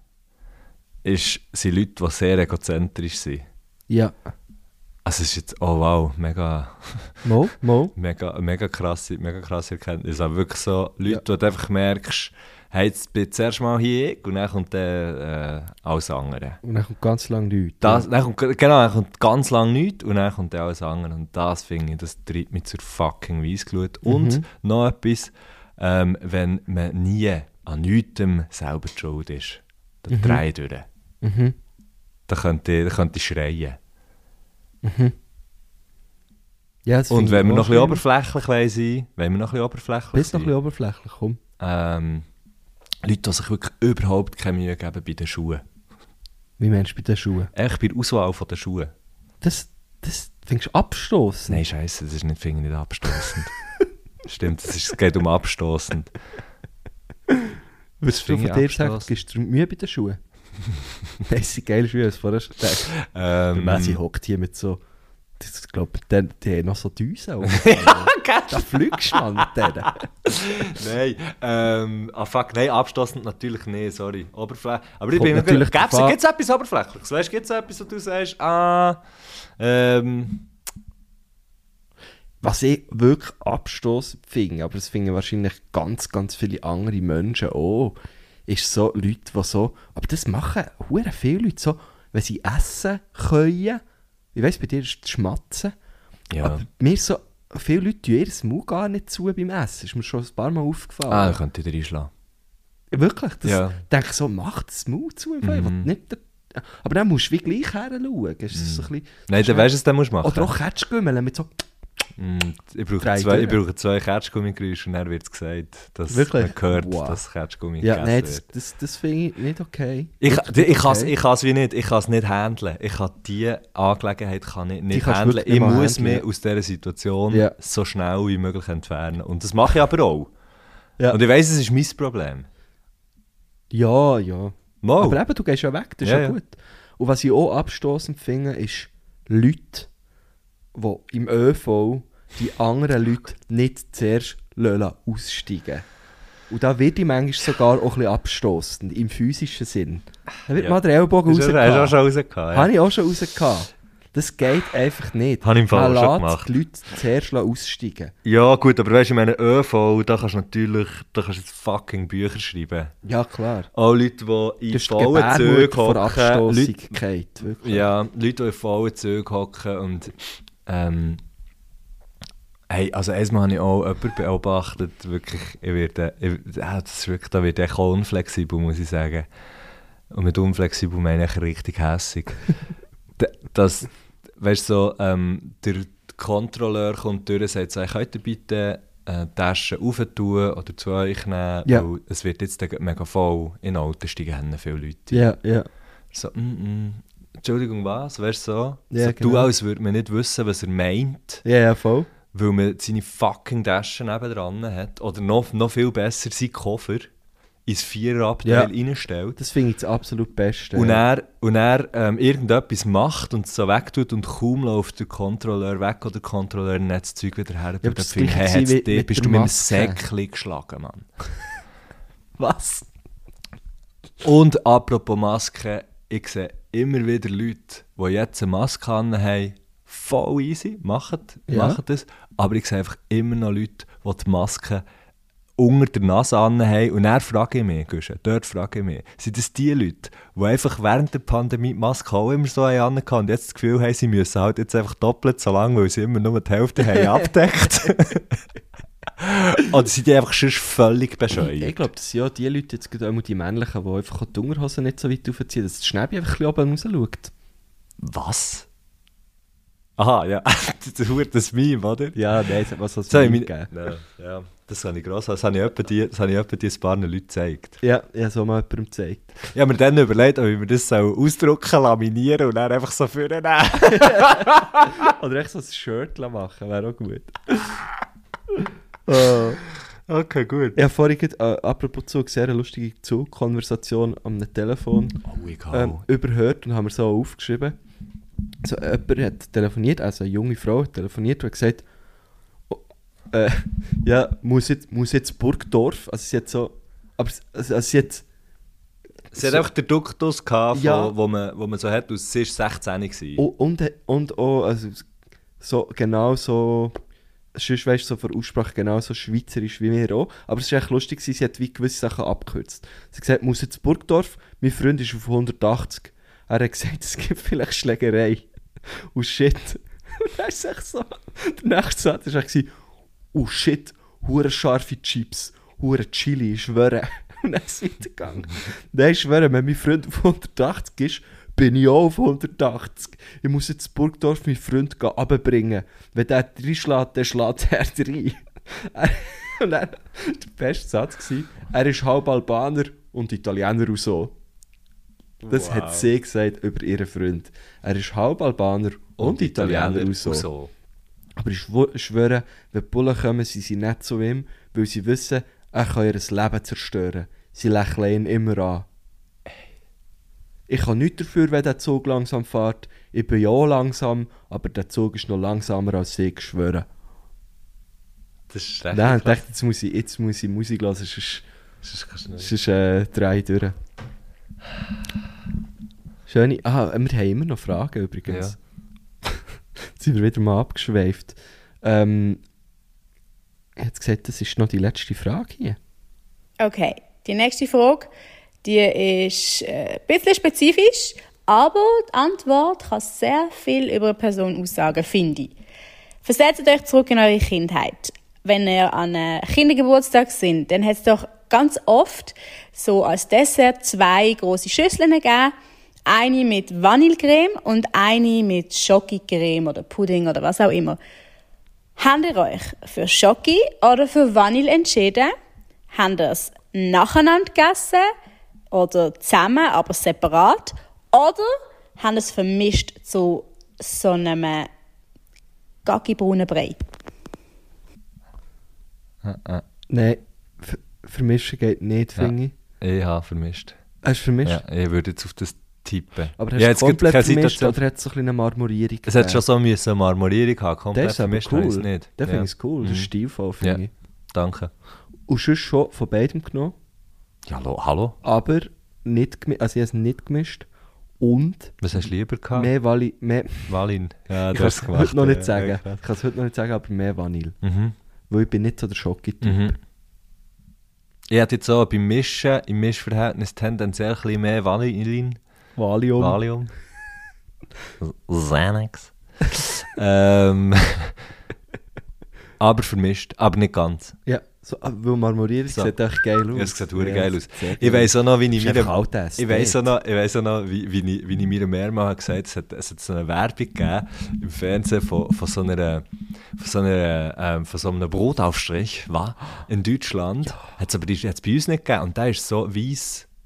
E: ist, sind Leute, die sehr egozentrisch sind.
A: Ja.
E: Also es ist jetzt, oh wow, mega,
A: Mo? Mo?
E: mega, mega krasse, mega krasse Erkenntnis. Aber wirklich so Leute, wo du einfach merkst, hey, jetzt bin ich zuerst mal hier und dann kommt dann äh, alles andere.
A: Und dann kommt ganz lange nichts.
E: Das, dann kommt, genau, dann kommt ganz lange nichts und dann kommt dann
A: Mhm.
E: alles andere. Und das finde ich, das treibt mich zur fucking Weissglut. Und noch etwas, ähm, wenn man nie an nichts selber die schuld ist. Dann mhm. drehe ich durch.
A: Mhm.
E: Dann könnte ich, dann könnte ich schreien.
A: Ja, das
E: Und
A: finde
E: wenn
A: ich
E: wir noch
A: auch
E: ein bisschen
A: schlimm.
E: oberflächlich wollen sein wenn wir noch ein bisschen oberflächlich
A: Bist noch
E: sein,
A: ein bisschen oberflächlich, komm.
E: ähm, Leute, die sich wirklich überhaupt keine Mühe geben bei den Schuhen.
A: Wie meinst du bei den Schuhen?
E: Echt bei der Auswahl von der Schuhe.
A: Das, das findest du abstoßend?
E: Nein, scheiße, das ist nicht, finde ich nicht abstoßend. Stimmt, es ist- es geht um abstoßend.
A: Was du
E: finde
A: von
E: ich
A: dir sagst,
E: abstoßend.
A: gibst du dir Mühe bei den Schuhen? Nein, sie sind geile Schuhe, als vorher schon gedacht. Der
E: Ähm,
A: Messi hockt hier mit so... Ich glaube, die, die haben noch so Düsen. ja, gell? Da fliegst du mal mit denen.
E: Nein, ähm, ah fuck, nein, abstoßend natürlich nicht, sorry. Oberflächlich. Aber ich
A: Kommt
E: bin mir
A: natürlich
E: Gibt's,
A: drauf an.
E: gibt's etwas Oberflächliches? Weißt du, gibt's etwas, wo du sagst, ah, ähm,
A: Was ich wirklich abstoßend finde, aber das finden wahrscheinlich ganz, ganz viele andere Menschen auch, ist so Leute, die so, aber das machen hure viele Leute so, wenn sie essen können, ich weiss, bei dir ist das Schmatzen,
E: Ja.
A: aber mir ist so, viele Leute tun ihr Mund gar nicht zu beim Essen, ist mir schon ein paar Mal aufgefallen.
E: ah, könnte ich dir einschlagen.
A: Wirklich, das
E: Ja.
A: denke ich so, mach das Mund zu, mhm. ich will nicht, der- aber dann musst du wie gleich her schauen, ist das so ein bisschen,
E: Mhm. Nein, dann weißt du, was du musst machen.
A: oder auch Ketschgümmeln mit so,
E: Mm, Ich brauche
A: Oh, Drei
E: zwei, ich
A: Töne.
E: brauche zwei Kerzgummigeräusche und dann wird es gesagt, dass
A: Wirklich?
E: man hört,
A: Wow.
E: dass Kerzgummi
A: ja,
E: gegessen
A: nein,
E: wird.
A: das, das, das finde ich nicht okay.
E: Ich,
A: Wirklich
E: ich, kann es,
A: okay.
E: ich kann's wie nicht, ich kann es nicht handeln. Ich kann diese Angelegenheit kann ich nicht
A: kannst du
E: handeln.
A: wirklich
E: Ich
A: nicht mal
E: muss
A: handeln,
E: mich
A: ja.
E: aus dieser Situation
A: Ja.
E: so schnell wie möglich entfernen. Und das mache ich aber auch.
A: Ja.
E: Und ich weiss, es ist mein Problem.
A: Ja, ja.
E: Mal.
A: Aber eben, du gehst ja weg, das ist
E: Ja,
A: ja,
E: ja.
A: gut. Und was ich auch abstoßend finde, ist Leute, die im ÖV die anderen Leute nicht zuerst lassen aussteigen Und da wird ich manchmal sogar auch ein bisschen abstoßend, im physischen Sinn. Da wird
E: Ja.
A: mal der Ellbogen
E: Hast du hast du auch schon
A: rausgehauen.
E: rausgehauen? Ja.
A: Habe ich auch schon rausgehauen. Das geht einfach nicht.
E: Habe ich im Fall
A: Man
E: auch schon
A: lässt die Leute zuerst aussteigen.
E: ja gut, aber weißt du, in meinem ÖV, da kannst du natürlich da kannst du jetzt fucking Bücher schreiben.
A: Ja, klar.
E: Auch Leute, die in
A: Das ist die
E: vollen
A: Gebärmutter
E: Zügen
A: vor
E: hocken. Leute,
A: Abstoßigkeit. wirklich.
E: Ja, Leute, die in vollen Zügen hocken und ähm, hey, also erstmal habe ich auch jemanden beobachtet, wirklich, ich werde, ich, ja, das ist wirklich, da wird echt auch unflexibel, muss ich sagen. Und mit unflexibel meine ich richtig hässig. D- das, weißt du, so, ähm, der Kontrolleur kommt durch und sagt so, könnt ihr bitte äh, die Taschen tun oder zu euch nehmen,
A: Ja.
E: weil es wird jetzt mega voll, in Alten steigen haben viele Leute.
A: Ja, ja.
E: So, mm, mm. Entschuldigung, was? Weißt du so?
A: Ja,
E: so Du
A: genau.
E: als würde man nicht wissen, was er meint,
A: Ja, ja, voll.
E: weil man seine fucking Tasche nebendran hat. Oder noch, noch viel besser, seinen Koffer ins Viererabteil
A: Ja.
E: reinstellt.
A: Das finde ich das absolut Beste.
E: Und
A: ja.
E: er, und er ähm, irgendetwas macht und es so wegtut und kaum läuft der Kontrolleur weg oder der Kontrolleur nicht das Zeug wieder her.
A: Ja,
E: Ja,
A: aber das
E: das Gefühl,
A: Gleiche
E: hey,
A: war
E: jetzt,
A: wie
E: dich-
A: mit
E: bist
A: der
E: du mit einem
A: Maske.
E: Säckchen geschlagen, Mann.
A: was?
E: Und apropos Maske, ich sehe immer wieder Leute, die jetzt eine Maske an haben, voll easy, machen,
A: Ja.
E: machen das. Aber ich sehe einfach immer noch Leute, die die Maske unter der Nase an haben. Und dann frage ich mich, Guschen, dort frage ich mich, sind das die Leute, die einfach während der Pandemie die Maske auch immer so an hatten und jetzt das Gefühl haben, sie müssen halt jetzt einfach doppelt so lange, weil sie immer nur die Hälfte haben abdeckt? Oder sind die einfach schon völlig
A: Ich
E: bescheuert?
A: glaube, das sind ja die Leute, jetzt gerade auch die männlichen, die einfach die Unterhosen nicht so weit aufziehen, dass das Schnäbi einfach ein bisschen oben raus schaut.
E: Was? Aha, ja. das ist das Meme, oder?
A: Ja, nein, es hat was als
E: Das habe ich
A: Meme
E: mir...
A: gegeben.
E: Nein, ja. Das habe ich gross. Das habe ich etwa die, das habe ich etwa die ein paar Leute gezeigt.
A: Ja, ich habe es auch mal jemandem gezeigt.
E: Ich habe mir dann überlegt, ob ich mir das so ausdrucken, laminieren und dann einfach so vorne nehmen.
A: Oder echt so ein Shirt machen, wäre auch gut. Ah.
E: Okay, gut.
A: Ich habe vorhin, gerade, äh, apropos Zug, sehr eine lustige Zugkonversation am Telefon.
E: Oh, egal.
A: ähm, überhört und haben wir so aufgeschrieben. So, jemand hat telefoniert, also eine junge Frau hat telefoniert und hat gesagt, oh, äh, ja, muss jetzt, muss jetzt Burgdorf, also sie hat so, aber s- also, also sie hat,
E: Sie hat einfach den Duktus gehabt,
A: Ja.
E: von, wo, man, wo man so hat, aus sie war 16 gewesen.
A: oh, und, und auch, also so, genau so, sonst weisst du, so von der Aussprache genau so schweizerisch wie wir auch, aber es war echt lustig, gewesen, sie hat wie gewisse Sachen abgekürzt. Sie hat gesagt, muss jetzt Burgdorf, mein Freund ist auf 180. Er hat gesagt, es gibt vielleicht Schlägerei. Und shit. Und dann ist es echt so, der nächste Satz war echt, oh shit, hure scharfe Chips. hure Chili, ich schwöre. Und dann ist es weitergegangen. Nein, ich schwöre, wenn mein Freund auf 180 ist, bin ich auch auf 180. Ich muss jetzt in Burgdorf meinen Freund runterbringen. Wenn der reinschlägt, dann schlägt er rein. Er- und dann, der beste Satz war, er ist halb Albaner und Italiener und so. Das hat sie gesagt über ihren Freund. Er ist halb Albaner
E: Oh,
A: und, Italiener und so. Aber ich schwö- schwöre, wenn die Bullen kommen, sind sie nicht zu ihm, weil sie wissen, er kann ihr Leben zerstören. Sie lächeln ihn immer an. Ich kann nichts dafür, wenn der Zug langsam fährt. Ich bin ja auch langsam, aber der Zug ist noch langsamer als ich, schwöre.
E: Das ist recht.
A: Nein, ich dachte, jetzt muss ich, jetzt muss ich Musik hören, sonst, sonst äh, drei durch. Schöne. Ah, wir haben immer noch Fragen übrigens. jetzt sind wir wieder mal abgeschweift. Ähm, ich hätte gesagt, das ist noch die letzte Frage hier.
F: Okay, die nächste Frage, die ist äh, ein bisschen spezifisch, aber die Antwort kann sehr viel über eine Person aussagen, finde ich. Versetzt euch zurück in eure Kindheit. Wenn ihr an einem Kindergeburtstag sind, dann hat es doch ganz oft so als Dessert zwei große Schüsseln gegeben. Eine mit Vanillecreme und eine mit Schokocreme oder Pudding oder was auch immer. Habt ihr euch für Schoki oder für Vanille entschieden? Habt ihr es nacheinander gegessen oder zusammen, aber separat? Oder habt ihr es vermischt zu so einem gacki-braunen Brei?
A: Nein, ver vermischen geht nicht, finde ich.
E: Ich habe vermischt.
A: Hast du vermischt?
E: Ja, ich würde jetzt auf das tippen.
A: Aber
E: ja, jetzt
A: hast du es
E: gibt keine
A: komplett vermischt
E: Situation-
A: oder hat es so ein bisschen eine Marmorierung?
E: Es hat schon so müssen Marmorierung haben, komplett
A: Das ist aber
E: vermischt habe ich's
A: cool.
E: nicht.
A: Den
E: ja. Mhm.
A: finde ich cool, das ist stilvoll, finde
E: Ja.
A: ich.
E: Danke.
A: Und sonst schon von beidem genommen.
E: Ja, hallo, hallo.
A: aber nicht gemi- also ich habe es nicht gemischt und
E: Was hast du lieber gehabt?
A: mehr Vanille, mehr,
E: Valin. Ja,
A: ich
E: du
A: kann
E: hast
A: es
E: es gemacht.
A: heute noch
E: ja, Mhm.
A: nicht sagen,
E: ja,
A: ich kann es heute noch nicht sagen, aber mehr Vanille, weil ich bin nicht so der Schoki-Typ.
E: Mhm. Ich hätte jetzt auch beim Mischen, im Mischverhältnis tendenziell ein bisschen mehr Vanillin.
A: Valium,
E: Valium. Xanax. ähm, aber vermischt, aber nicht ganz.
A: ja, so, ah, weil marmoriert
E: So.
A: sieht echt geil aus.
E: Ja, es sieht
A: Ja,
E: hure geil aus.
A: sieht sehr
E: Ich
A: geil
E: weiss auch noch, wie ich
A: Ist
E: mir...
A: einfach alt, das
E: Ich weiss auch
A: dort.
E: noch, ich weiss auch noch wie, wie, ich, wie ich mir mehrmals gesagt habe, es hat, es hat so eine Werbung gegeben im Fernsehen von, von so einer... Von so, einer, ähm, von so einem Brotaufstrich, was? In Deutschland. Hat es aber die- hat's bei uns nicht gegeben. Und der war so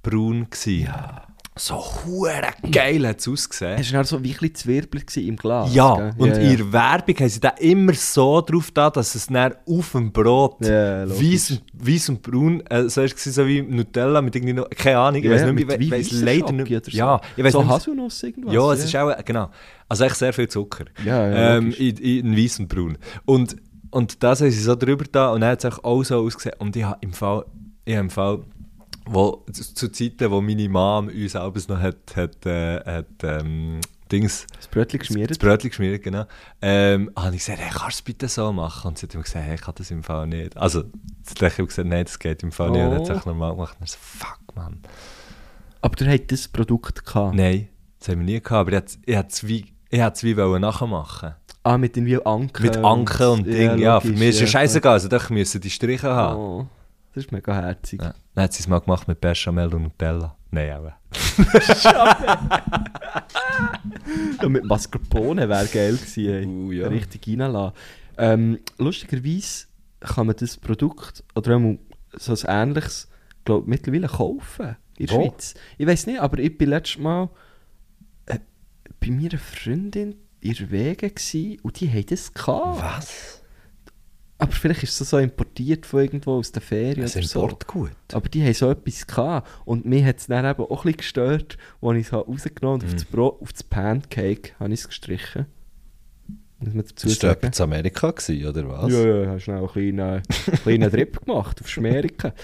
E: weiss-braun. Ja. So hure geil hat es ausgesehen.
A: Es war dann so wie ein bisschen zwirbelig gewesen im Glas.
E: Ja,
A: gell?
E: und in ihre Werbung haben sie da immer so drauf da, dass es dann auf dem Brot
A: Ja, logisch.
E: weiß und, weiss und braun, äh, so ist es so wie Nutella mit irgendwie noch, keine Ahnung, ich weiß nicht mehr,
A: mit
E: ich weiss
A: weissen
E: leider
A: Schoki
E: nicht
A: oder
E: Ja, ich weiß
A: so
E: nicht mehr-
A: Haselnuss irgendwas.
E: ja, es ist auch, genau. Also echt sehr viel Zucker.
A: Ja, ja,
E: ähm, in, in weiß und braun. Und, und das haben sie so drüber da und dann hat es auch so ausgesehen. Und ich habe im Fall, ich habe im Fall wo, zu, zu Zeiten, wo meine Mom uns abends noch hat, hat, äh, hat ähm, Dings...
A: Das Brötchen
E: Das
A: geschmiert.
E: Brötchen geschmiert, genau. Ähm, habe ich gesagt, hey, kannst du es bitte so machen? Und sie hat mir gesagt, hey, ich kann das im Fall nicht. Also, sie hat gesagt, nein, das geht im Fall nicht. Und hat es
A: Oh.
E: einfach normal gemacht. Und ich so, fuck, Mann.
A: aber du hattest das Produkt gehabt.
E: Nein, das haben wir nie gehabt. Aber ich hat's- ich hätte es wie, ich hätt's wie wollen nachmachen
A: Ah, mit irgendwie Anker.
E: Mit Anken und Ding, ja. für
A: logisch,
E: mich ist
A: ja.
E: es scheißegal. Also, ich müssen die Striche haben.
A: Oh, das ist mega herzig.
E: Ja. Dann hat sie es mal gemacht mit Bechamel und Nutella. Nein, aber.
A: Ja, mit Mascarpone wäre geil gewesen. Ey.
E: Uh, ja.
A: Richtig reinlassen. Ähm, lustigerweise kann man das Produkt oder auch so ein ähnliches glaub, mittlerweile kaufen in der
E: Wo?
A: Schweiz. Ich weiß nicht, aber ich bin letztes Mal äh, bei meiner Freundin in der Wege gewesen, und die hat das gehabt.
E: Was?
A: Aber vielleicht ist es so importiert von irgendwo aus der Ferien
E: Das
A: oder
E: ist
A: so.
E: Importgut.
A: Aber die haben so etwas gehabt. Und mich hat es dann eben auch ein bisschen gestört, als ich es habe rausgenommen
G: Mhm.
A: habe und auf das Brot, auf das Pancake habe ich es gestrichen. Muss man dazu
G: Das war
A: sagen.
G: jemand in Amerika, gewesen, oder was?
A: Ja, ja, hast schnell einen kleinen, kleinen Trip gemacht auf Schmerika.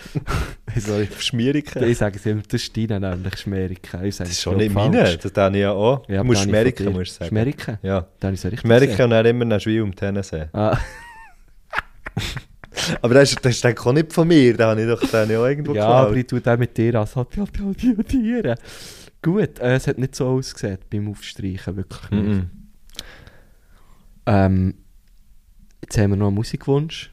A: Sorry.
G: Schmierigkeit.
A: Ich sage es immer, das ist deine nämlich Schmerika. Das
G: Das ist schon nicht meine. Das habe ich ja auch.
A: Ja,
G: du musst
A: aber dann habe ich von
G: Schmierigkeit,
A: dir.
G: musst du sagen.
A: Schmierigkeit?
G: Ja.
A: Da habe ich so richtig
G: Schmierigkeit
A: gesagt.
G: und dann immer nach Schwein um die Tennessee.
A: Ah,
G: Aber das ist, das ist denke ich, auch nicht von mir. Den habe ich doch den habe ich auch irgendwo
A: ja, aber ich tue das mit dir an. So, die, die, die, die. Gut, äh, es hat nicht so ausgesehen beim Aufstreichen, wirklich nicht.
E: Mhm.
A: Ähm, jetzt haben wir noch einen Musikwunsch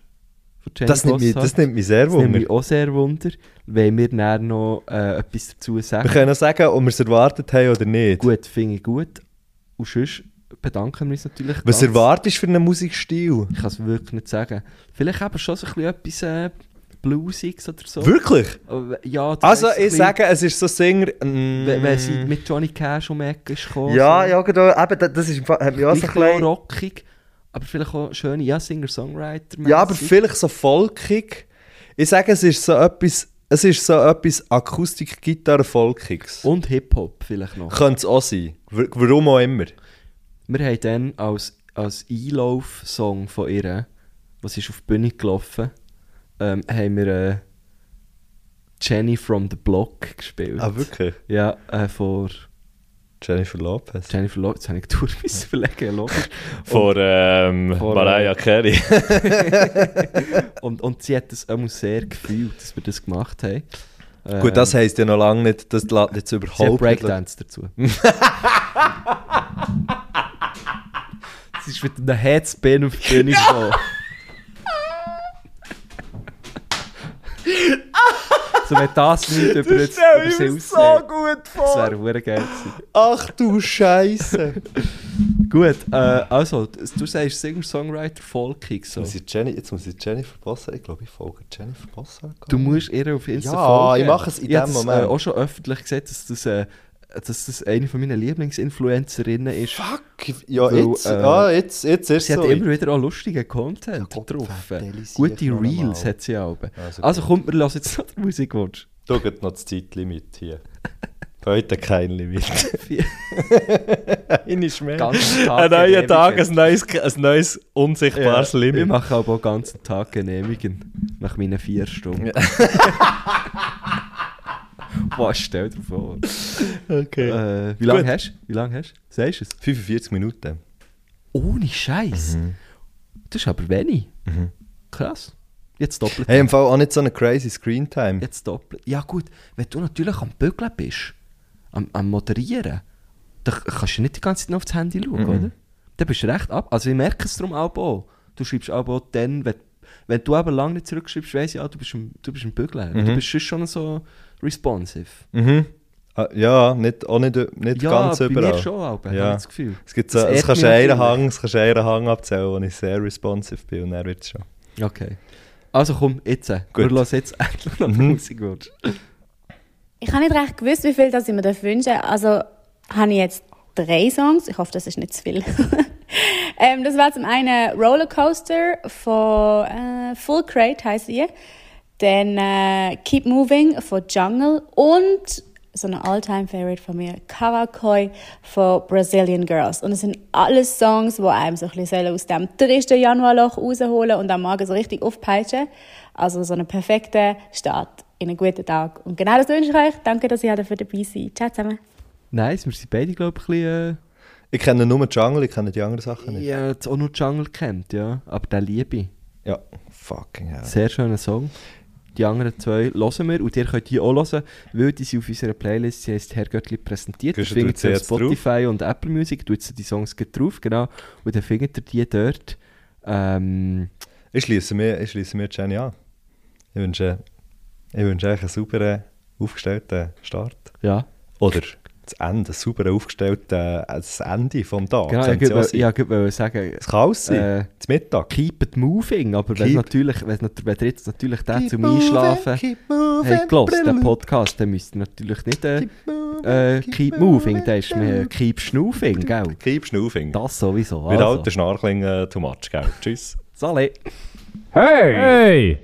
A: von Jane
E: Das nimmt, mich,
A: Gossard.
E: das nimmt mich sehr
A: Das nimmt mich
E: wunder.
A: auch sehr wunder, wenn wir dann noch äh, etwas dazu sagen.
E: Wir können auch sagen, ob wir es erwartet haben oder nicht.
A: Gut, finde ich gut. Und sonst bedanken wir uns natürlich
E: Was
A: ganz-
E: erwartest du für einen Musikstil?
A: Ich kann es wirklich nicht sagen. Vielleicht eben schon so ein bisschen etwas äh, Bluesiges oder so.
E: Wirklich?
A: Aber, Ja, das
E: Also
A: heisst,
E: ich
A: ein
E: sage, es ist so Singer... mm,
A: bisschen, Wenn, wenn sie mit Johnny Cash um die Ecke ist gekommen.
E: Ja,
A: so.
E: ja, genau. Eben, das- das ist, im Fall- hat mich auch so
A: Nicht
E: ein
A: nur
E: bisschen...
A: rockig, aber vielleicht auch schöne, ja, Singer-Songwriter.
E: Ja, aber vielleicht so folkig. Ich sage, es ist so etwas... Es ist so etwas Akustik-Gitarre-Folkiges.
A: Und Hip-Hop vielleicht noch.
E: Könnte es auch sein. W- Warum auch immer.
A: Wir haben dann als, als Einlauf-Song von ihr, was ist auf die Bühne gelaufen, ähm, haben wir äh, Jenny from the Block gespielt.
E: Ah, wirklich?
A: Ja, äh, vor
E: Jennifer Lopez.
A: Jennifer Lopez, jetzt habe ich durch müssen verlegen, logisch.
E: Vor, ähm,
A: Vor, äh,
E: Mariah Carey.
A: Und, und sie hat das auch sehr gefühlt, dass wir das gemacht haben. Ähm,
E: Gut, das heisst ja noch lange nicht, das lässt jetzt überhaupt
A: sie hat
E: nicht-
A: Breakdance dazu. sie ist mit einem Headspin auf die Bühne gekommen. so, wenn das nicht über
E: Das
A: jetzt
E: stelle
A: über
E: ich
A: sie
E: mir so
A: ausnehmen,
E: gut
A: das
E: vor.
A: wäre verdammt geil gewesen.
E: Ach du Scheiße.
A: Gut, äh, also, du sagst Singer-Songwriter Folkig so.
E: muss ich Jenny, jetzt muss ich Jennifer Bossard, ich glaube, ich folge Jennifer Bossard.
A: Du musst ihr auf Insta
E: Ja,
A: folgen.
E: ich mache es in
A: Ich habe
E: dem
A: das,
E: Moment.
A: Äh, auch schon öffentlich gesagt, dass das, äh, dass das eine von meinen Lieblingsinfluencerinnen ist.
E: Fuck, ja,
A: Weil,
E: jetzt,
A: äh,
E: ah, jetzt, jetzt ist
A: Sie
E: so.
A: hat immer wieder auch lustigen Content
E: Gott,
A: getroffen.
E: verdelisiert
A: Gute
E: noch einmal.
A: Reels hat sie auch.
E: Also
A: Also, kommt, wir lassen jetzt noch den Musikwunsch.
E: Du geht noch das Zeitlimit hier. Heute kein Limit.
A: Vier-
E: Eine ist mehr.
A: Ganzen Tag
E: Ein neuer
A: genehmigen.
E: Tag, ein neues, ein neues unsichtbares
A: Ich
E: Limit.
A: mache aber auch den ganzen Tag genehmigen. Nach meinen vier Stunden. Was stell dir vor?
E: Okay.
A: Äh, wie lange
E: Gut.
A: hast du? Wie lange hast du? Sagst du es?
E: 45 Minuten.
A: Ohne Scheiß.
E: Mhm.
A: Das ist aber wenig. Krass. Jetzt doppelt.
E: Hey, im Fall auch nicht so eine crazy Screentime.
A: Jetzt doppelt. Ja gut, wenn du natürlich am Bügeln bist, am, am Moderieren, dann k- kannst du nicht die ganze Zeit noch aufs Handy schauen, oder? Dann bist du recht ab. Also ich merke es darum auch. auch. Du schreibst auch, auch dann, wenn, wenn du aber lange nicht zurückschreibst, weiss ich, ah, du bist im, du bist im Bügeln.
E: Mhm.
A: Du bist sonst schon so responsive.
E: Ah, Ja, nicht, auch nicht, nicht
A: Mhm. Ja,
E: ganz
A: bei
E: überall.
A: mir schon, aber,
E: Ja.
A: habe ich das Gefühl.
E: Es gibt so,
A: Das
E: es
A: ehrt
E: kannst
A: mich
E: einen
A: natürlich.
E: Hang, es kannst einen Hang abzählen, wo ich sehr responsive bin und dann wird es schon.
A: Okay. Also komm, jetzt. Gut. Wir lassen jetzt endlich noch die
E: Mhm.
A: Musik. Gut.
F: Ich habe nicht recht gewusst, wie viel das ich mir wünschen darf. Also habe ich jetzt drei Songs. Ich hoffe, das ist nicht zu viel. ähm, das war zum einen Rollercoaster von äh, Full Crate, heisst sie. Dann äh, Keep Moving von Jungle und so eine All-Time-Favorite von mir, Kawakoi von Brazilian Girls. Und es sind alles Songs, die einem so ein bisschen sollen aus dem 3. Januarloch rausholen und am Morgen so richtig aufpeitschen. Also so einen perfekten Start in einen guten Tag. Und genau das wünsche ich euch. Danke, dass ihr dafür dabei seid. Ciao zusammen.
A: Nice, wir sind beide, glaube ich, ein bisschen... Äh,
E: Ich kenne nur Jungle, ich kenne die anderen Sachen nicht.
A: ja, jetzt auch nur Jungle kennt, ja. Aber den liebe ich.
E: Ja, fucking hell.
A: Sehr schöner Song. Die anderen zwei hören wir und ihr könnt die auch hören, weil die sind auf unserer Playlist, sie heisst Herrgöttli präsentiert. Ihr
E: Gehst du
A: findet sie
E: dort
A: auf
E: jetzt drauf?
A: Spotify und Apple Music, tut sie die Songs gleich drauf, genau. Und dann findet ihr die dort. Ähm,
E: Ich schließe mir, ich schließe mir Jenny an. Ich wünsche, ich wünsche euch einen sauberen, aufgestellten Start.
A: ja.
E: Oder das Ende, ein sauberen, aufgestellten äh, das Ende vom Tag.
A: Genau, ich
E: Könnte auch
A: wollte
E: sein.
A: ja, ich wollte sagen,
E: Es kann alles sein.
A: Äh,
E: Zum Mittag.
A: keep it moving, aber wenn
E: Keep-
A: natürlich, wenn, nat- wenn ihr jetzt natürlich den zum Einschlafen habt gehört, den Podcast, dann müsst ihr natürlich nicht äh, äh, keep moving, da ist mehr keep schnaufing, gell?
E: Keep schnaufing. Mit
A: Das sowieso.
E: also.
A: Also.
E: alten Schnarchling äh, too much, gell? Tschüss.
A: Salut!
H: Hey!